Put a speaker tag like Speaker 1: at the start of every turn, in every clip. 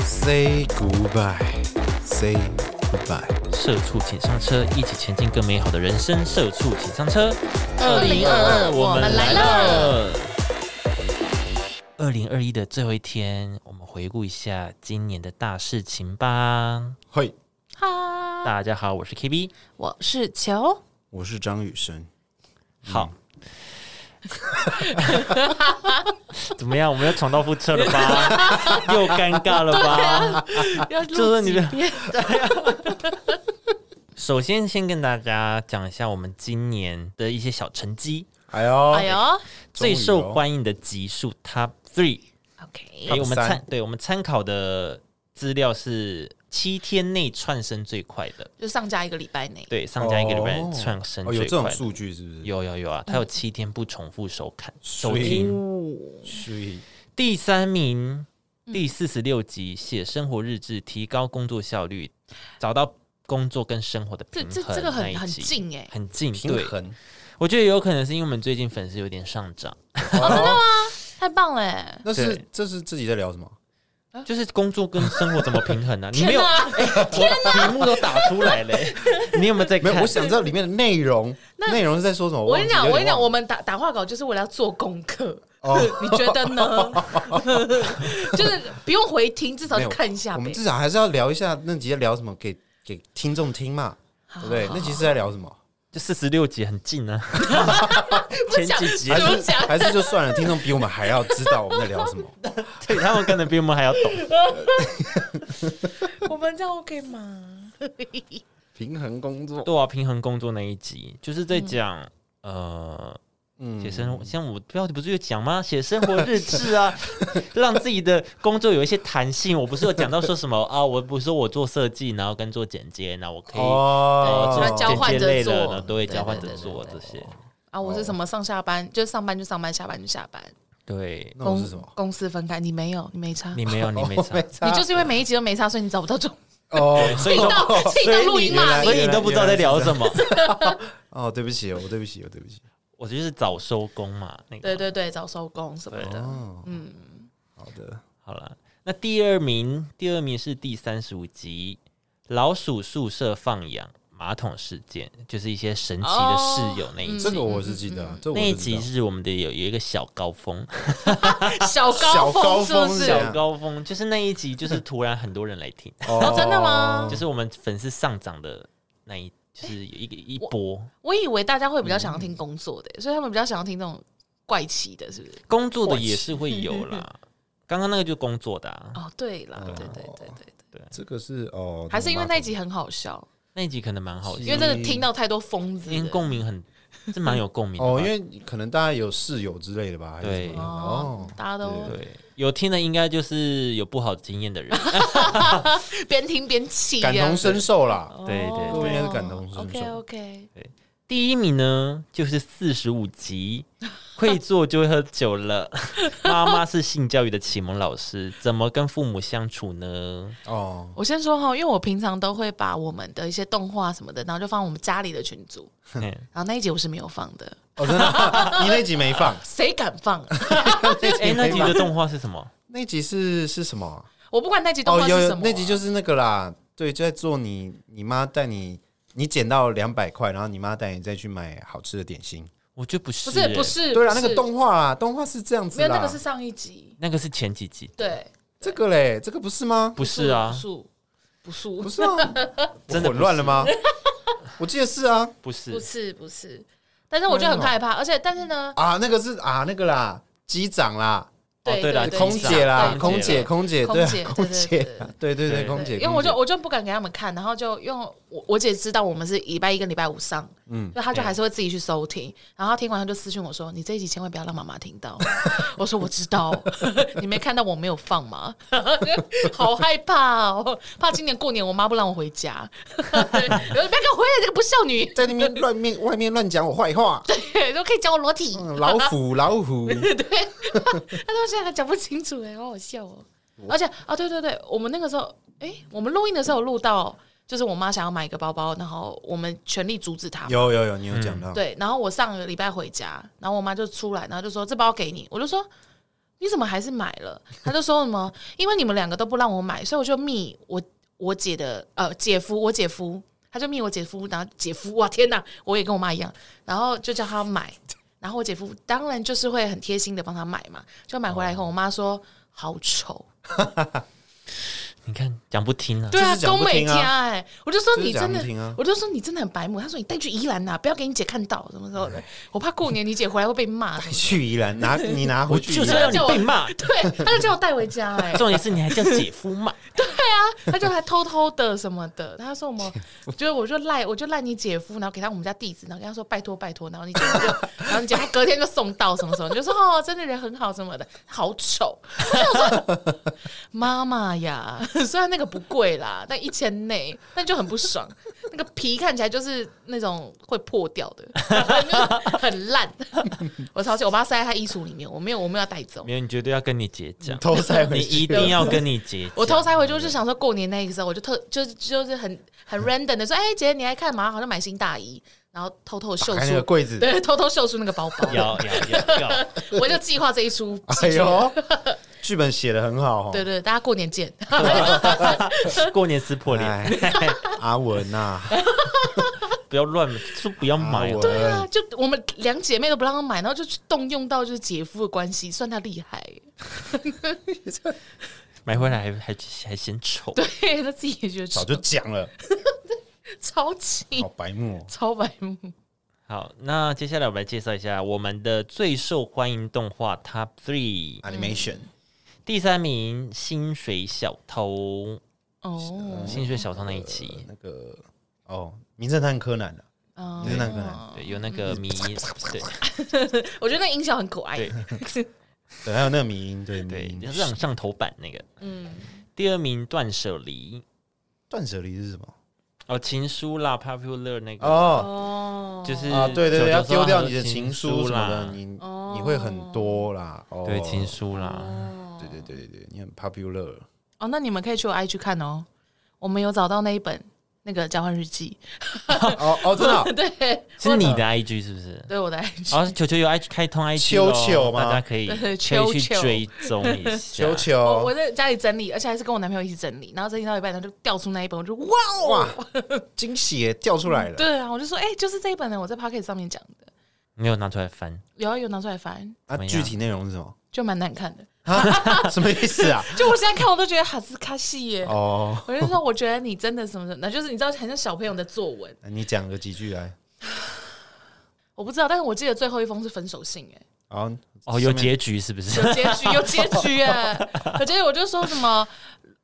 Speaker 1: Say goodbye, say goodbye。
Speaker 2: 社畜请上车，一起前进更美好的人生。社畜请上车，
Speaker 3: 2022我们来了。
Speaker 2: 二零二一的最后一天，我们回顾一下今年的大事情吧。
Speaker 1: 嘿，
Speaker 3: 哈，
Speaker 2: 大家好，我是 KB。
Speaker 3: 我是球，
Speaker 1: 我是张雨生。
Speaker 2: 好， 怎么样？我们又重蹈覆辙了 吧？又尴尬了吧？
Speaker 3: 要
Speaker 2: 这
Speaker 3: 录
Speaker 2: 是你
Speaker 3: 几
Speaker 2: 的
Speaker 3: 遍？
Speaker 2: 首先，先跟大家讲一下我们今年的一些小成绩。
Speaker 1: 哎呦，
Speaker 3: 哎呦
Speaker 1: 终于
Speaker 2: 最
Speaker 1: 哦
Speaker 2: 受欢迎的集数 Top Three，
Speaker 3: ，OK，
Speaker 2: 诶，哎我
Speaker 1: 三
Speaker 2: 们参对我们参考的资料是七天内窜升最快的，
Speaker 3: 就上架一个礼拜内，
Speaker 2: 对，上架一个礼拜窜升
Speaker 1: 哦，
Speaker 2: 最
Speaker 1: 有
Speaker 2: 快
Speaker 1: 这
Speaker 2: 的
Speaker 1: 种数据是不是？
Speaker 2: 有有有啊，它有七天不重复收看收
Speaker 1: 所以
Speaker 2: 听。
Speaker 3: 哦，
Speaker 1: 所以
Speaker 2: 第三名，
Speaker 3: 嗯
Speaker 2: 第四十六集写生活日志，提高工作效率，找到工作跟生活的
Speaker 3: 这
Speaker 2: 平
Speaker 3: 这
Speaker 2: 衡。
Speaker 3: 这个很
Speaker 2: 那
Speaker 3: 很
Speaker 2: 一集，
Speaker 3: 近哎，
Speaker 2: 很近。
Speaker 1: 平
Speaker 2: 对，
Speaker 1: 衡
Speaker 2: 我觉得有可能是因为我们最近粉丝有点上涨，
Speaker 3: 太棒了哎，
Speaker 1: 那是
Speaker 2: 对
Speaker 1: 这是自己在聊什么？
Speaker 2: 就是工作跟生活怎么平 衡呢、啊你没
Speaker 3: 啊天
Speaker 2: 有哦
Speaker 3: 哪，
Speaker 1: 哎
Speaker 2: 我题目都打出来了、 你有没有在
Speaker 1: 欸没
Speaker 2: 看？
Speaker 1: 有，我想知道里面的内容，内容是在说什么？
Speaker 3: 我跟你讲，
Speaker 1: 忘
Speaker 3: 我跟
Speaker 1: 记
Speaker 3: 你
Speaker 1: 有
Speaker 3: 讲，
Speaker 1: 点
Speaker 3: 我们打打话稿就是为了要做功课。
Speaker 1: 哦
Speaker 3: 你觉得呢？就是不用回听，至少
Speaker 1: 没有
Speaker 3: 去看一下
Speaker 1: 我
Speaker 3: 呗
Speaker 1: 们。至少还是要聊一下那集在聊什么，给给听众听嘛，
Speaker 3: 好
Speaker 1: 对不对？那集是在聊什么？
Speaker 2: 就四十六集很近啊， 前几集
Speaker 3: 不
Speaker 1: 还是还
Speaker 3: 讲怎么
Speaker 1: 啊是就算了，听众比我们还要知道我们在聊什么。
Speaker 2: 对他们可能比我们还要 懂。
Speaker 3: 我们这样 OK 吗？
Speaker 1: 平衡工作，
Speaker 2: 对啊，平衡工作那一集就是在讲、呃。
Speaker 1: 嗯
Speaker 2: 写 生活，像我标题不是有讲吗？ 写生活日志啊， 让自己的工作有一些弹性。我不是有讲到说什么 啊？我不是说我做设计，然后跟做剪接，那我可以、呃
Speaker 1: 哦
Speaker 2: 做
Speaker 3: 那交换
Speaker 2: 剪接
Speaker 3: 着
Speaker 2: 类的
Speaker 3: 做
Speaker 2: 呢，对，
Speaker 3: 对
Speaker 2: 交换
Speaker 3: 对
Speaker 2: 着
Speaker 3: 对
Speaker 2: 做
Speaker 3: 对
Speaker 2: 这
Speaker 3: 对
Speaker 2: 些。
Speaker 3: 啊，我是什么上下班，就是上班就上班，下班就下班。
Speaker 2: 对，
Speaker 1: 那我是什么？
Speaker 3: 公司分开，你没有，你没差，
Speaker 2: 你
Speaker 3: 你
Speaker 2: 没 有，你没
Speaker 1: 我
Speaker 2: 差。
Speaker 3: 就是因为每一集都没差，所以你找不到 重。
Speaker 1: 哦
Speaker 2: 对，所以
Speaker 3: 听
Speaker 2: 说
Speaker 3: 到听
Speaker 2: 所
Speaker 3: 到
Speaker 2: 以
Speaker 3: 录
Speaker 2: 你
Speaker 3: 音嘛？
Speaker 2: 所以你都不知道在聊什么。
Speaker 1: 哦， 对不起，我对不起，我对不起。
Speaker 2: 我就是早收工嘛，那个
Speaker 3: 对对对，早收工什么的。
Speaker 1: 哦，嗯，好的，
Speaker 2: 好了，那第二名，第二名是第三十五集《老鼠宿舍放养马桶事件》，就是一些神奇的室友
Speaker 3: 嗯
Speaker 2: 那一集。
Speaker 1: 这个我是记得，这个我
Speaker 2: 那
Speaker 1: 是
Speaker 2: 一
Speaker 1: 知
Speaker 2: 集
Speaker 1: 道
Speaker 2: 是我们的有有一个小高峰，
Speaker 3: 小高
Speaker 1: 小高
Speaker 3: 峰是不
Speaker 1: 峰
Speaker 3: 是？
Speaker 1: 对啊
Speaker 2: 小高峰就是那一集，就是突然很多人来听，
Speaker 1: 嗯
Speaker 3: 哦真的吗
Speaker 2: 就是我们粉丝上涨的那一，就是有一个一波
Speaker 3: 我以为大家会比较想要听工作的，
Speaker 1: 嗯
Speaker 3: 所以他们比较想要听那种怪奇的，是不是？
Speaker 2: 工作的也是会有啦。刚刚那个就工作的、啊，
Speaker 3: 哦，对啦，
Speaker 1: 嗯
Speaker 3: 对对对对对，
Speaker 1: 这个是哦，
Speaker 3: 还是因为那一集很好笑，
Speaker 2: 那一集可能蛮好笑
Speaker 3: 因为真的听到太多疯子的。
Speaker 2: 因为共鸣很，是蛮有共鸣的吧。
Speaker 1: 哦，因为可能大家有室友之类的吧，还是
Speaker 2: 对
Speaker 1: 什么的
Speaker 3: 哦
Speaker 1: 哦，，
Speaker 3: 大家都
Speaker 1: 对
Speaker 2: 对，有听的应该就是有不好经验的人，
Speaker 3: 边听边气，
Speaker 1: 感同身受啦。
Speaker 3: 哦
Speaker 2: 对对
Speaker 1: 各位应该是感同身受
Speaker 3: OK OK，
Speaker 2: 第一名呢，就是四十五 集，会做就会喝酒了。 妈妈是性教育的启蒙老师，怎么跟父母相处 呢？
Speaker 1: 哦，
Speaker 3: 我先说哈，因为我平常都会把我们的一些动画什么的，然后就放我们家里的群组，
Speaker 2: 嗯
Speaker 3: 然后那一集我是没有放的，
Speaker 1: 哦，真的， 你那集没放，
Speaker 3: 谁敢放？
Speaker 2: 哎，那集的动画是什么？
Speaker 1: 那集是是什么啊？
Speaker 3: 我不管那集动
Speaker 1: 哦，
Speaker 3: 画
Speaker 1: 有
Speaker 3: 是
Speaker 1: 有
Speaker 3: 什么啊，
Speaker 1: 那集就是那个啦，对，就在做你你妈带你，你捡到两百块，然后你妈带你再去买好吃的点心。
Speaker 2: 我觉得不是，
Speaker 3: 不是
Speaker 2: 哎
Speaker 3: 不，是
Speaker 1: 对啦，啊
Speaker 3: 了
Speaker 1: 那个动画啦，动画是这样子
Speaker 3: 没有
Speaker 1: 啦，
Speaker 3: 那个是上一集，
Speaker 2: 那个是前几集，
Speaker 3: 对，
Speaker 1: 这个嘞，这个不是吗？
Speaker 2: 不是啊
Speaker 3: 不，数不数
Speaker 1: 不是 啊，我
Speaker 2: 真的不是
Speaker 1: 混乱了吗？我记得是啊
Speaker 2: 不
Speaker 3: 不
Speaker 2: 是，
Speaker 3: 是不是，但是我
Speaker 1: 嗯
Speaker 3: 就很害怕，而且但是呢，
Speaker 1: 啊，那个是啊那个啦，机长啦，
Speaker 2: 哦
Speaker 3: 对
Speaker 2: 对啦
Speaker 3: 对，
Speaker 1: 空姐啦，
Speaker 3: 对
Speaker 1: 空
Speaker 2: 对
Speaker 1: 姐空姐
Speaker 3: 空
Speaker 1: 啊对
Speaker 3: 姐
Speaker 1: 啊，空
Speaker 3: 对
Speaker 1: 姐对对
Speaker 3: 对对
Speaker 1: 对，
Speaker 2: 对
Speaker 1: 空姐，
Speaker 3: 对因为我就
Speaker 1: 空姐
Speaker 3: 我就不敢给他们看，然后就用我我姐知道我们是礼拜一跟礼拜五上，嗯，所以她就还是会自己去收听，然后她听完她就私信我说：“你这一集千万不要让妈妈 听到。”我说：“我知道， 你没看到我没有放吗？” 好害怕哦，怕今年过年我妈不让我回家， 我说不要给我回来这个不孝女，
Speaker 1: 在那边乱面 外面乱讲我坏话，
Speaker 3: 都可以讲我裸体，
Speaker 1: 嗯老虎老虎，
Speaker 3: 嗯她到现在还讲不清楚哎、好好笑哦。而且啊，对对对，我们那个时候，哎、我们录音的时候有录到，就是我妈想要买一个包包，然后我们全力阻止她。
Speaker 1: 有有有，你有讲到，
Speaker 3: 对，然后我上个礼拜回家，然后我妈就出来，然后就说这包给你，我就说你怎么还是买了？他就说什么， 因为你们两个都不让我买，所以我就密我我姐的呃姐夫，我姐夫，他就密我姐夫，然后姐夫，哇天哪，我也跟我妈一样，然后就叫他买，然后我姐夫当然就是会很贴心的帮他买嘛，就买回来以后，我妈说好丑，
Speaker 2: 你看讲不听啊，
Speaker 3: 对啊，
Speaker 1: 就是讲
Speaker 3: 宫
Speaker 1: 不
Speaker 3: 美
Speaker 1: 听啊
Speaker 3: 天哎，我就说
Speaker 1: 就是
Speaker 3: 你真
Speaker 1: 讲不
Speaker 3: 的
Speaker 1: 听啊，
Speaker 3: 我就说你真的很白目，他说你带去宜兰呐、不要给你姐看到什 么时候的，我怕过年你姐回来会被骂什么的，
Speaker 1: 去宜兰拿你拿
Speaker 2: 我
Speaker 1: 回去宜
Speaker 2: 就
Speaker 1: 兰，
Speaker 2: 是要你被骂。
Speaker 3: 对，他就叫我带回家哎、
Speaker 2: 重点是你还叫姐夫骂，
Speaker 3: 他就还偷偷的什么的，他说我们，就我就赖，我就赖你姐夫，然后给他我们家地址，然后跟他说拜托拜托，然后你姐夫就，然后你姐夫隔天就送到什么什么，你就说哦，真的人很好什么的，好丑，我想说妈妈呀，虽然那个不贵啦，但一千内，但就很不爽，那个皮看起来就是那种会破掉的， 就是很烂， 我超气，我把它塞在他衣橱里面，我没有我没有要带走。
Speaker 2: 没有，你绝对要跟你姐讲，
Speaker 1: 偷塞
Speaker 2: 你
Speaker 1: 回去，
Speaker 2: 一定要跟你姐讲。
Speaker 3: 我偷塞回去就是想说过年那个时候，我就特就是就是很很 random 的说，哎、姐你来看嘛，好像买新大衣，然后偷偷秀
Speaker 1: 打开那个
Speaker 3: 出，
Speaker 1: 柜子，
Speaker 3: 对，偷偷秀出那个包包，
Speaker 2: 要要要 要，
Speaker 3: 我就计划这一出，
Speaker 1: 哎呦，剧本写的很好哦
Speaker 3: 对，对，大家过年见，
Speaker 2: 过年撕破脸，
Speaker 1: 哎 阿文呐，
Speaker 2: 不要乱，说不要
Speaker 1: 阿
Speaker 2: 买哦。
Speaker 3: 对
Speaker 1: 文
Speaker 3: 啊，就我们两姐妹都不让她买，然后就去动用到就是姐夫的关系，算他厉害，
Speaker 2: 买回来还还还嫌丑，
Speaker 3: 对，他自己也觉得
Speaker 1: 早就讲了，
Speaker 3: 超级
Speaker 1: 好白目哦，
Speaker 3: 超白目，
Speaker 2: 好，那接下来我们来介绍一下我们的最受欢迎动画 Top Three。
Speaker 3: 嗯
Speaker 1: animation
Speaker 2: 第三名《薪水小偷
Speaker 3: 哦》，，
Speaker 2: 薪水小偷那一集，
Speaker 1: 呃那个哦，名侦探柯南的，啊
Speaker 3: 嗯
Speaker 1: 名侦探柯南，
Speaker 2: 对，有那个
Speaker 1: 嗯
Speaker 2: 迷，对
Speaker 3: 我觉得那音效很可爱，
Speaker 2: 对
Speaker 1: 对，还有那个迷音，对迷
Speaker 2: 对，
Speaker 1: 音，
Speaker 2: 上上头版那个。
Speaker 3: 嗯，
Speaker 2: 第二名《断舍离》，
Speaker 1: 断舍离是什么？
Speaker 2: 哦，情书啦，Popular 那个，
Speaker 1: 哦。
Speaker 3: 哦
Speaker 2: 就是
Speaker 1: 啊，对对
Speaker 2: 九
Speaker 1: 对，
Speaker 2: 九
Speaker 1: 要
Speaker 2: 说
Speaker 1: 丢掉
Speaker 2: 他
Speaker 1: 你的情
Speaker 2: 情
Speaker 1: 书
Speaker 2: 书
Speaker 1: 什么的
Speaker 2: 啦，
Speaker 1: 你
Speaker 3: 哦
Speaker 1: 你会很多啦。哦，
Speaker 2: 对情书啦，
Speaker 3: 哦
Speaker 1: 对对对对对，你很 popular。
Speaker 3: 哦，那你们可以去我 IG 看哦，我们有找到那一本那个交换日记，
Speaker 1: 哦哦，真的
Speaker 2: 啊
Speaker 1: 哦
Speaker 3: 对，
Speaker 2: 是你的 IG 是不是？
Speaker 3: 对我的 IG，、
Speaker 2: 哦，球球有 IG 开通 IG，
Speaker 1: 秋
Speaker 2: 咯
Speaker 1: 秋吗
Speaker 2: 大家可以
Speaker 3: 对
Speaker 2: 可以
Speaker 3: 秋
Speaker 2: 去
Speaker 3: 秋
Speaker 2: 追踪一下。
Speaker 1: 球
Speaker 3: 哦
Speaker 1: 球
Speaker 3: 我我在家里整理，而且还是跟我男朋友一起整理，然后整理到一半，然后就掉出那一本，我就哇哦，
Speaker 1: 哇，惊喜耶掉出来了
Speaker 3: 对啊，我就说哎、就是这一本呢，我在 p o c k e t 上面讲的，
Speaker 2: 没有拿出来翻，
Speaker 3: 有啊有拿出来翻，
Speaker 1: 啊！
Speaker 2: 怎么样
Speaker 1: 具体内容是什么？
Speaker 3: 就蛮难看的，
Speaker 1: 啊，什么意思啊？
Speaker 3: 就我现在看我都觉得哈兹卡西耶。
Speaker 1: 哦，
Speaker 3: 我就说，我觉得你真的什么什么，那就是你知道，很像小朋友的作文，
Speaker 1: 你讲个几句来。
Speaker 3: 我不知道，但是我记得最后一封是分手信，哎，
Speaker 1: 哦
Speaker 2: 哦，有结局是不是？
Speaker 3: 有结 局，有结局哎、有结局，我就说什么，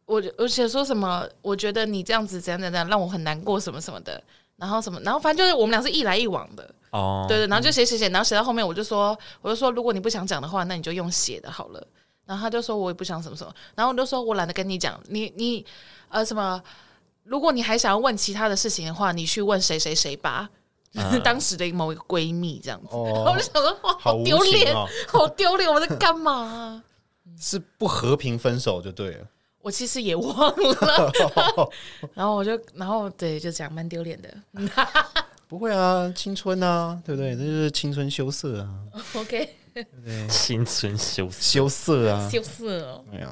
Speaker 3: 我我写说什么，我觉得你这样子怎样怎样怎样，让我很难过什么什么的，然后什么，然后反正就是我们俩是一来一往的，
Speaker 2: 哦，
Speaker 3: 对对，
Speaker 1: 嗯
Speaker 3: 然后就写写写，然后写到后面我就说，我就说如果你不想讲的话，那你就用写的好了。然后他就说我也不想什么什么，然后我就说我懒得跟你讲，你你呃什么，如果你还想要问其他的事情的话，你去问谁谁谁吧。 当时的某一个闺蜜这样子，
Speaker 1: 嗯哦
Speaker 3: 然后我就想说哇，
Speaker 1: 好无
Speaker 3: 丢脸
Speaker 1: 情哦，
Speaker 3: 好丢脸，我在干嘛啊、
Speaker 1: 是不和平分手就对了。
Speaker 3: 我其实也忘了， 然后我就，然后对，就这样，蛮丢脸的。
Speaker 1: 不会啊，青春啊，对不对？这就是青春羞涩啊，
Speaker 3: OK，
Speaker 2: 青春羞涩。
Speaker 1: 羞涩啊。
Speaker 3: 羞涩哦。
Speaker 1: 没有，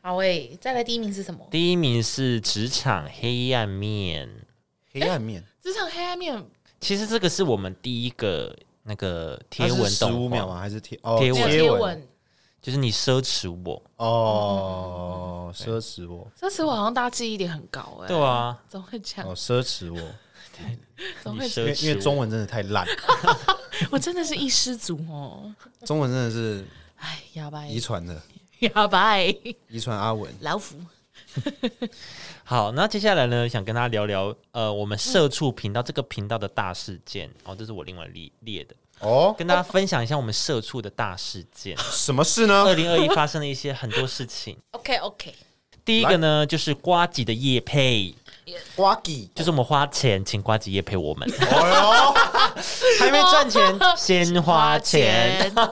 Speaker 3: 好诶、再来第一名是什么？
Speaker 2: 第一名是职场黑暗面，
Speaker 1: 黑暗面，
Speaker 3: 职场黑暗面
Speaker 2: 其实这个是我们第一个那个
Speaker 1: 它
Speaker 2: 贴
Speaker 1: 是
Speaker 2: 文
Speaker 1: 十
Speaker 2: 动
Speaker 1: 五
Speaker 2: 画
Speaker 1: 秒吗？还是贴哦
Speaker 2: 贴
Speaker 3: 没有
Speaker 2: 文
Speaker 3: 贴
Speaker 1: 文
Speaker 3: 文。
Speaker 2: 就是你奢侈我，
Speaker 1: 哦，奢侈我
Speaker 3: 这次我好像大家记忆点很高哎、
Speaker 2: 对，啊，
Speaker 3: 总会讲
Speaker 1: 哦，，奢侈我，
Speaker 3: 总
Speaker 2: 你
Speaker 3: 会
Speaker 2: 奢
Speaker 1: 因为因为中文真的太烂，
Speaker 3: 我真的是一失足哦。
Speaker 1: 中文真的是
Speaker 3: 哎，哑巴，
Speaker 1: 遗传的，
Speaker 3: 哑巴，欸
Speaker 1: 遗传阿文。
Speaker 3: 老虎。
Speaker 2: 好，那接下来呢，想跟大家聊聊呃，我们社畜频道、这个频道的大事件哦，这是我另外列列的，
Speaker 1: 哦，
Speaker 2: 跟大家分享一下我们社畜的大事件。
Speaker 1: 什么事呢
Speaker 2: 二？零二一发生了一些很多事情，
Speaker 3: OK OK，
Speaker 2: 第一个呢就是瓜吉的叶配，
Speaker 1: 瓜吉，
Speaker 2: 就是我们花钱请瓜吉叶配我们，
Speaker 1: 哦
Speaker 2: 还没赚钱先花钱，，
Speaker 1: 呦，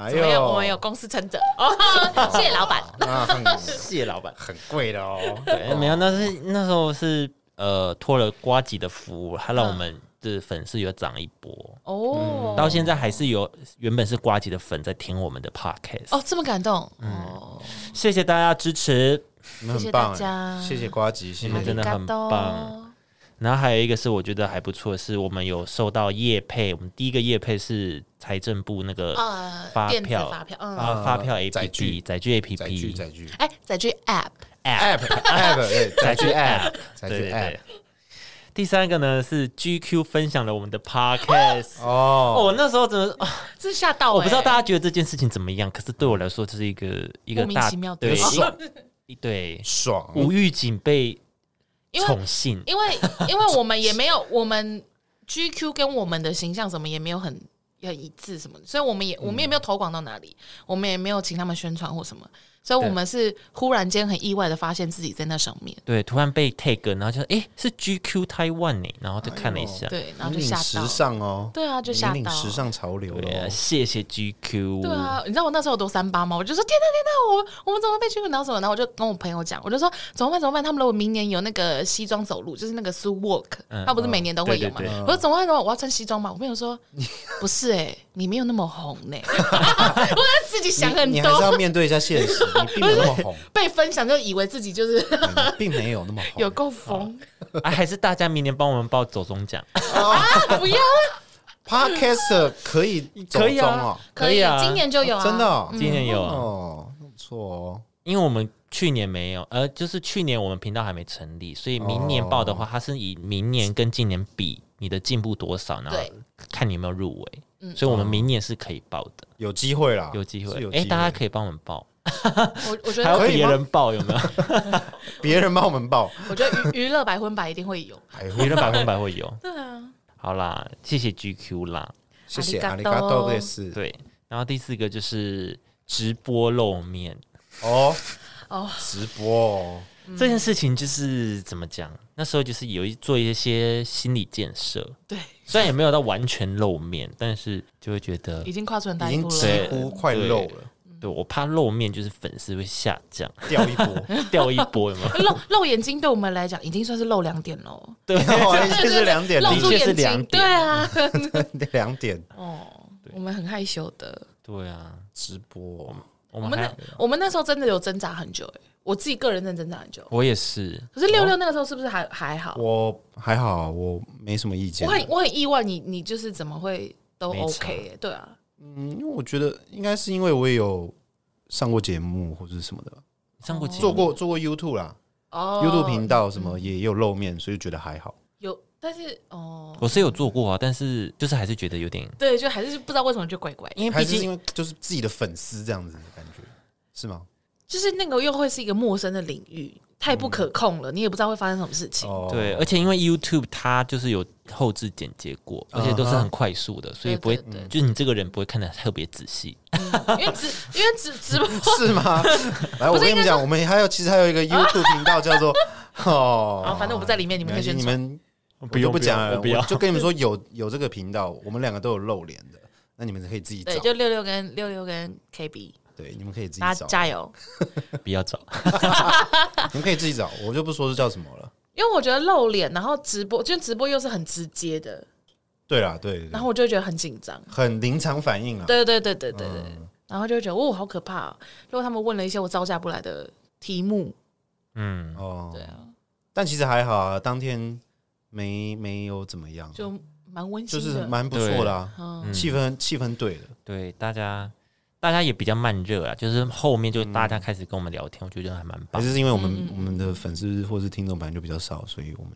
Speaker 1: 哎
Speaker 3: 怎么样？
Speaker 1: 呦，
Speaker 3: 我们有公司撑着，哦，谢谢老板。
Speaker 1: 啊，很
Speaker 2: 谢谢老板。
Speaker 1: 很贵的哦。
Speaker 2: 对，没有，那是那时候是呃托了瓜吉的福，他让我们的粉丝有涨一波，
Speaker 3: 哦，
Speaker 2: 到现在还是有原本是瓜吉的粉在听我们的 podcast。
Speaker 3: 哦，这么感动
Speaker 2: 嗯
Speaker 3: 哦，
Speaker 2: 谢谢大家支持。
Speaker 1: 你们
Speaker 3: 谢谢
Speaker 1: 很棒
Speaker 3: 大家
Speaker 1: 哎，谢谢瓜吉，谢
Speaker 2: 你们
Speaker 1: 谢
Speaker 2: 真的很棒
Speaker 3: ありがとう。
Speaker 2: 然后还有一个是我觉得还不错的是，我们有收到业配，我们第一个业配是财政部那个
Speaker 3: 呃
Speaker 2: 发
Speaker 3: 电子
Speaker 2: 票
Speaker 3: 发票嗯
Speaker 2: 发发票 A
Speaker 1: 呃载
Speaker 2: P
Speaker 1: 具
Speaker 2: P 载具 A
Speaker 1: 载具
Speaker 2: P
Speaker 1: 载
Speaker 2: P
Speaker 1: 具
Speaker 3: 哎，载具 App，
Speaker 2: App
Speaker 1: app app 对载具 app 载
Speaker 2: 对
Speaker 1: 具
Speaker 2: 对
Speaker 1: app
Speaker 2: 对。第三个呢是 GQ 分享了我们 的 podcast，哦，
Speaker 1: 哦，
Speaker 2: 我那时候真的是啊
Speaker 3: 这吓到欸
Speaker 2: 我不知道大
Speaker 3: 家
Speaker 2: 家觉得这件事情怎么样，可是对我来说，这是一个一个
Speaker 3: 莫名
Speaker 2: 大
Speaker 3: 其妙的
Speaker 2: 对
Speaker 1: 很爽
Speaker 2: 一 对
Speaker 1: 爽，
Speaker 2: 无预警被
Speaker 3: 因为
Speaker 2: 宠幸，
Speaker 3: 因为因为我们也没有我们 GQ 跟我们的形象什么也没有很很一致什么的，所以我们也我们也没有投广到哪里，我们也没有请他们宣传或什么，所以我们是忽然间很意外的发现自己在那上面，
Speaker 2: 对，突然被 tag，然后就诶是 GQ Taiwan 呢，然后就看了一下，
Speaker 3: 对，然后
Speaker 1: 引
Speaker 3: 就
Speaker 1: 领
Speaker 3: 吓
Speaker 1: 时
Speaker 3: 到，
Speaker 1: 尚哦，
Speaker 3: 对啊，就吓
Speaker 1: 引领
Speaker 3: 到。
Speaker 1: 时尚潮流
Speaker 2: 对啊，
Speaker 1: 了，
Speaker 2: 谢谢 GQ，
Speaker 3: 对啊，你知道我那时候有多三八吗？我就说天哪天哪，我我们怎么被 GQ 拿走了？然后我就跟我朋友讲，我就说怎么办怎么办？他们如果明年有那个西装走路，就是那个 Sue Walk，
Speaker 2: 嗯
Speaker 3: 他不是每年都会有嘛？
Speaker 2: 对对对
Speaker 3: 我说怎么办怎么办？我要穿西装嘛？我朋友说不是哎、你没有那么红呢、我在自己想很
Speaker 1: 你你还是要
Speaker 3: 多，
Speaker 1: 面对一下现实，你并没有那么 红，
Speaker 3: 被分享就以为自己就是
Speaker 1: 嗯并没有那么红，
Speaker 3: 有够疯
Speaker 2: 啊，还是大家明年帮我们报走中奖，
Speaker 3: 啊！ 不要
Speaker 1: Podcast 可以走
Speaker 2: 可以
Speaker 1: 中
Speaker 2: 啊
Speaker 1: 哦，
Speaker 2: 可以啊
Speaker 3: 今年就有啊，
Speaker 1: 真的哦
Speaker 2: 今年有啊，
Speaker 1: 哦，那不错哦，
Speaker 2: 因为我们去年没有，呃，就是去年我们频道还没成立，所以明年报的
Speaker 1: 哦
Speaker 2: 话，它是以明年跟今年比你的进步多少，然后
Speaker 3: 对嗯
Speaker 2: 看你有没有入围，所以我们明年是可以报的，
Speaker 1: 有机会啦，
Speaker 2: 有机
Speaker 1: 哦是
Speaker 2: 会
Speaker 1: 有，
Speaker 3: 哎
Speaker 2: 诶，
Speaker 1: 机
Speaker 2: 大家
Speaker 1: 会，
Speaker 2: 可以帮我们报。
Speaker 3: 我我觉
Speaker 2: 还有
Speaker 3: 得
Speaker 1: 可以
Speaker 2: 别
Speaker 1: 吗
Speaker 2: 人报有 没有？
Speaker 1: 别人帮我们报，
Speaker 3: 我觉得娱娱乐百分百一定会有，
Speaker 1: 哎呦
Speaker 2: 别人百分百会有。
Speaker 3: 对啊，
Speaker 2: 好啦，谢谢 GQ 啦。
Speaker 1: 谢谢阿
Speaker 3: 阿
Speaker 1: 里
Speaker 3: 里
Speaker 1: 嘎
Speaker 3: 嘎
Speaker 1: 多
Speaker 3: 多
Speaker 1: 类似
Speaker 2: 对，然后第四个就是直播露面、
Speaker 1: 哦
Speaker 3: 哦
Speaker 1: 直播哦，
Speaker 3: 嗯
Speaker 2: 这件事情，就是怎么讲？那时候就是有一做一些心理建设，
Speaker 3: 对，
Speaker 2: 虽然也没有到完全露面，但是就会觉得
Speaker 3: 已，经跨出很大
Speaker 1: 已
Speaker 3: 一
Speaker 1: 经
Speaker 3: 步了，
Speaker 1: 几乎快漏了，
Speaker 2: 对我怕露面就是粉丝会下 降，
Speaker 1: 掉一波，哦
Speaker 2: 掉一波，有没有？
Speaker 3: 露露眼睛对我们来讲已经算是露两点喽，
Speaker 2: 对，
Speaker 1: 完全是两点
Speaker 3: 露
Speaker 1: 零，
Speaker 3: 出
Speaker 2: 的确是
Speaker 3: 眼
Speaker 2: 两
Speaker 3: 睛，
Speaker 2: 点
Speaker 3: 对啊，
Speaker 1: 两点
Speaker 3: 哦，我们很害羞的，
Speaker 2: 对啊，
Speaker 1: 直播哦，
Speaker 2: 我
Speaker 3: 我
Speaker 2: 们
Speaker 3: 们
Speaker 2: 还
Speaker 3: 那我们那时候真的有挣扎很久、欸，我自己个人真的挣扎很久。
Speaker 2: 我也是，
Speaker 3: 可是六六那个时候是不是还、还好？
Speaker 1: 我还好，我没什么意见
Speaker 3: 我，很我很意外你，你就是怎么会都
Speaker 2: 没差
Speaker 3: OK？、欸、对啊，
Speaker 1: 嗯，因为我觉得应该是因为我也有上过节目或者什么的，
Speaker 2: 上过节目
Speaker 1: 做过做过 YouTube 啦
Speaker 3: 嗯哦
Speaker 1: ，YouTube 频道什么也有露面，所以觉得还好。
Speaker 3: 有，但是哦，
Speaker 2: 我是有做过啊，但是就是还是觉得有点，
Speaker 3: 对，就还是不知道为什么就怪怪，
Speaker 2: 因为
Speaker 1: 还
Speaker 2: 毕
Speaker 1: 是因
Speaker 2: 竟
Speaker 1: 为就是自己的粉丝这样子的感觉，是吗？
Speaker 3: 就是那个又会是一个陌生的领域，太不可控了，你也不知道会发生什么事情。
Speaker 1: 哦
Speaker 2: 对，而且因为 YouTube 它就是有后置剪接过，
Speaker 1: 啊
Speaker 2: 而且都是很快速的，所以不会
Speaker 3: 对对对，
Speaker 2: 就是你这个人不会看得特别仔细。
Speaker 3: 因为直因为直直播
Speaker 1: 是 吗？来，我跟你们讲，我们还有其实还有一个 YouTube 频道 叫做
Speaker 3: 啊，
Speaker 1: 哦，
Speaker 3: 反正我不在里面，你
Speaker 1: 你
Speaker 3: 们可以宣
Speaker 1: 你
Speaker 3: 传。
Speaker 1: 们我就不讲了，
Speaker 2: 我不要
Speaker 1: 我就跟你们说有有这个频道，我们两个都有露脸的，那你们可以自己找
Speaker 3: 对，，就六六跟六六跟 KB，
Speaker 1: 对，你们可以自己
Speaker 3: 大
Speaker 1: 找
Speaker 3: 家，加油！
Speaker 2: 不要找，
Speaker 1: 你们可以自己找，我就不说是叫什么了。
Speaker 3: 因为我觉得露脸，然后直播，就直播又是很直接的，
Speaker 1: 对啦，对，对对
Speaker 3: 然后我就会觉得很紧张。
Speaker 1: 很临场反应啊，
Speaker 3: 对对对对对对，然后就会觉得哦，好可怕、哦！如果他们问了一些我招架不来的题目，
Speaker 2: 嗯，
Speaker 1: 哦
Speaker 3: 对，啊，
Speaker 1: 但其实还好啊，当天没没有怎么样，啊
Speaker 3: 就蛮温
Speaker 1: 就
Speaker 3: 馨的。
Speaker 1: 是蛮不错的啊，
Speaker 3: 嗯，
Speaker 2: 嗯
Speaker 1: 气氛气氛对的，
Speaker 2: 对，大家大家也比较慢热啊，就是后面就
Speaker 1: 嗯
Speaker 2: 大家开始跟我们聊天，我觉得还蛮
Speaker 1: 还
Speaker 2: 棒。
Speaker 1: 是是因为我
Speaker 3: 嗯
Speaker 1: 们我们的粉丝或是听众本来就比较少，所以我们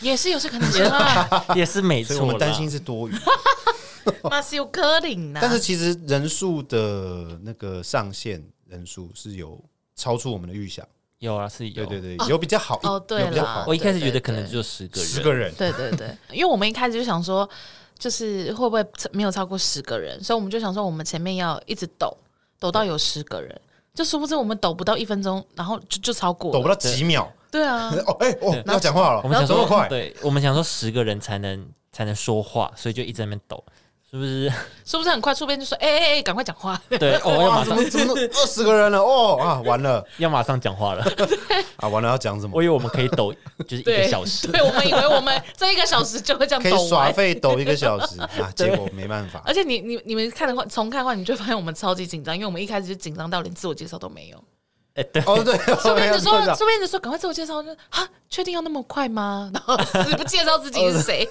Speaker 3: 也是有这可能性啊，
Speaker 2: 也是没错
Speaker 1: 所以
Speaker 2: 啦，
Speaker 1: 我们担心是 多余，
Speaker 3: 那是有可能呐。
Speaker 1: 但是其实人数的那个上限人数是有超出我们的预想，
Speaker 2: 有啊，是有。
Speaker 1: 对对对，有比较好，
Speaker 3: 哦对啦
Speaker 1: 有比较好
Speaker 2: 我，一开始觉得
Speaker 3: 对对
Speaker 2: 可能只有十个人，
Speaker 1: 十个人
Speaker 3: 对对对，因为我们一开始就想说，就是会不会没有超过十个人，所以我们就想说，我们前面要一直抖，抖到有十个人，就殊不知我们抖不到一分钟，然后就就超过了
Speaker 1: 抖不到几秒，
Speaker 3: 对啊，
Speaker 1: 哦哎哦，要讲话了，
Speaker 2: 我们想
Speaker 1: 这么
Speaker 2: 说，
Speaker 1: 快，
Speaker 2: 对，我们想说十个人才能才能说话，所以就一直在那边抖。是不是？
Speaker 3: 是不是很快？出边就说，哎哎哎，赶快讲话。
Speaker 2: 对，哦，要
Speaker 1: 哇，
Speaker 2: 马
Speaker 1: 怎
Speaker 2: 上
Speaker 1: 么怎么 二十个人了？哦啊，完了
Speaker 2: 要马上讲话了。
Speaker 1: 啊，完了要讲什么
Speaker 2: 我？以为我们可以抖，就是一个
Speaker 3: 对，
Speaker 2: 小时。
Speaker 3: 对我们以为我们这一个小时就会这样
Speaker 1: 可
Speaker 3: 抖
Speaker 1: 以耍
Speaker 3: 完。
Speaker 1: 废抖一个小时 啊，结果没办法。
Speaker 3: 哎而且你你你们看的话，重看的话，你就发现我们超级紧张，因为我们一开始就紧张到连自我介绍都没有。
Speaker 2: 哎， 对，
Speaker 1: 哦， 对，
Speaker 3: 顺
Speaker 1: 没
Speaker 3: 便
Speaker 1: 有
Speaker 3: 就说，
Speaker 1: 错
Speaker 3: 顺便就说，赶快自我介绍。就啊，确定要那么快吗？ 然后死不介绍自己是谁，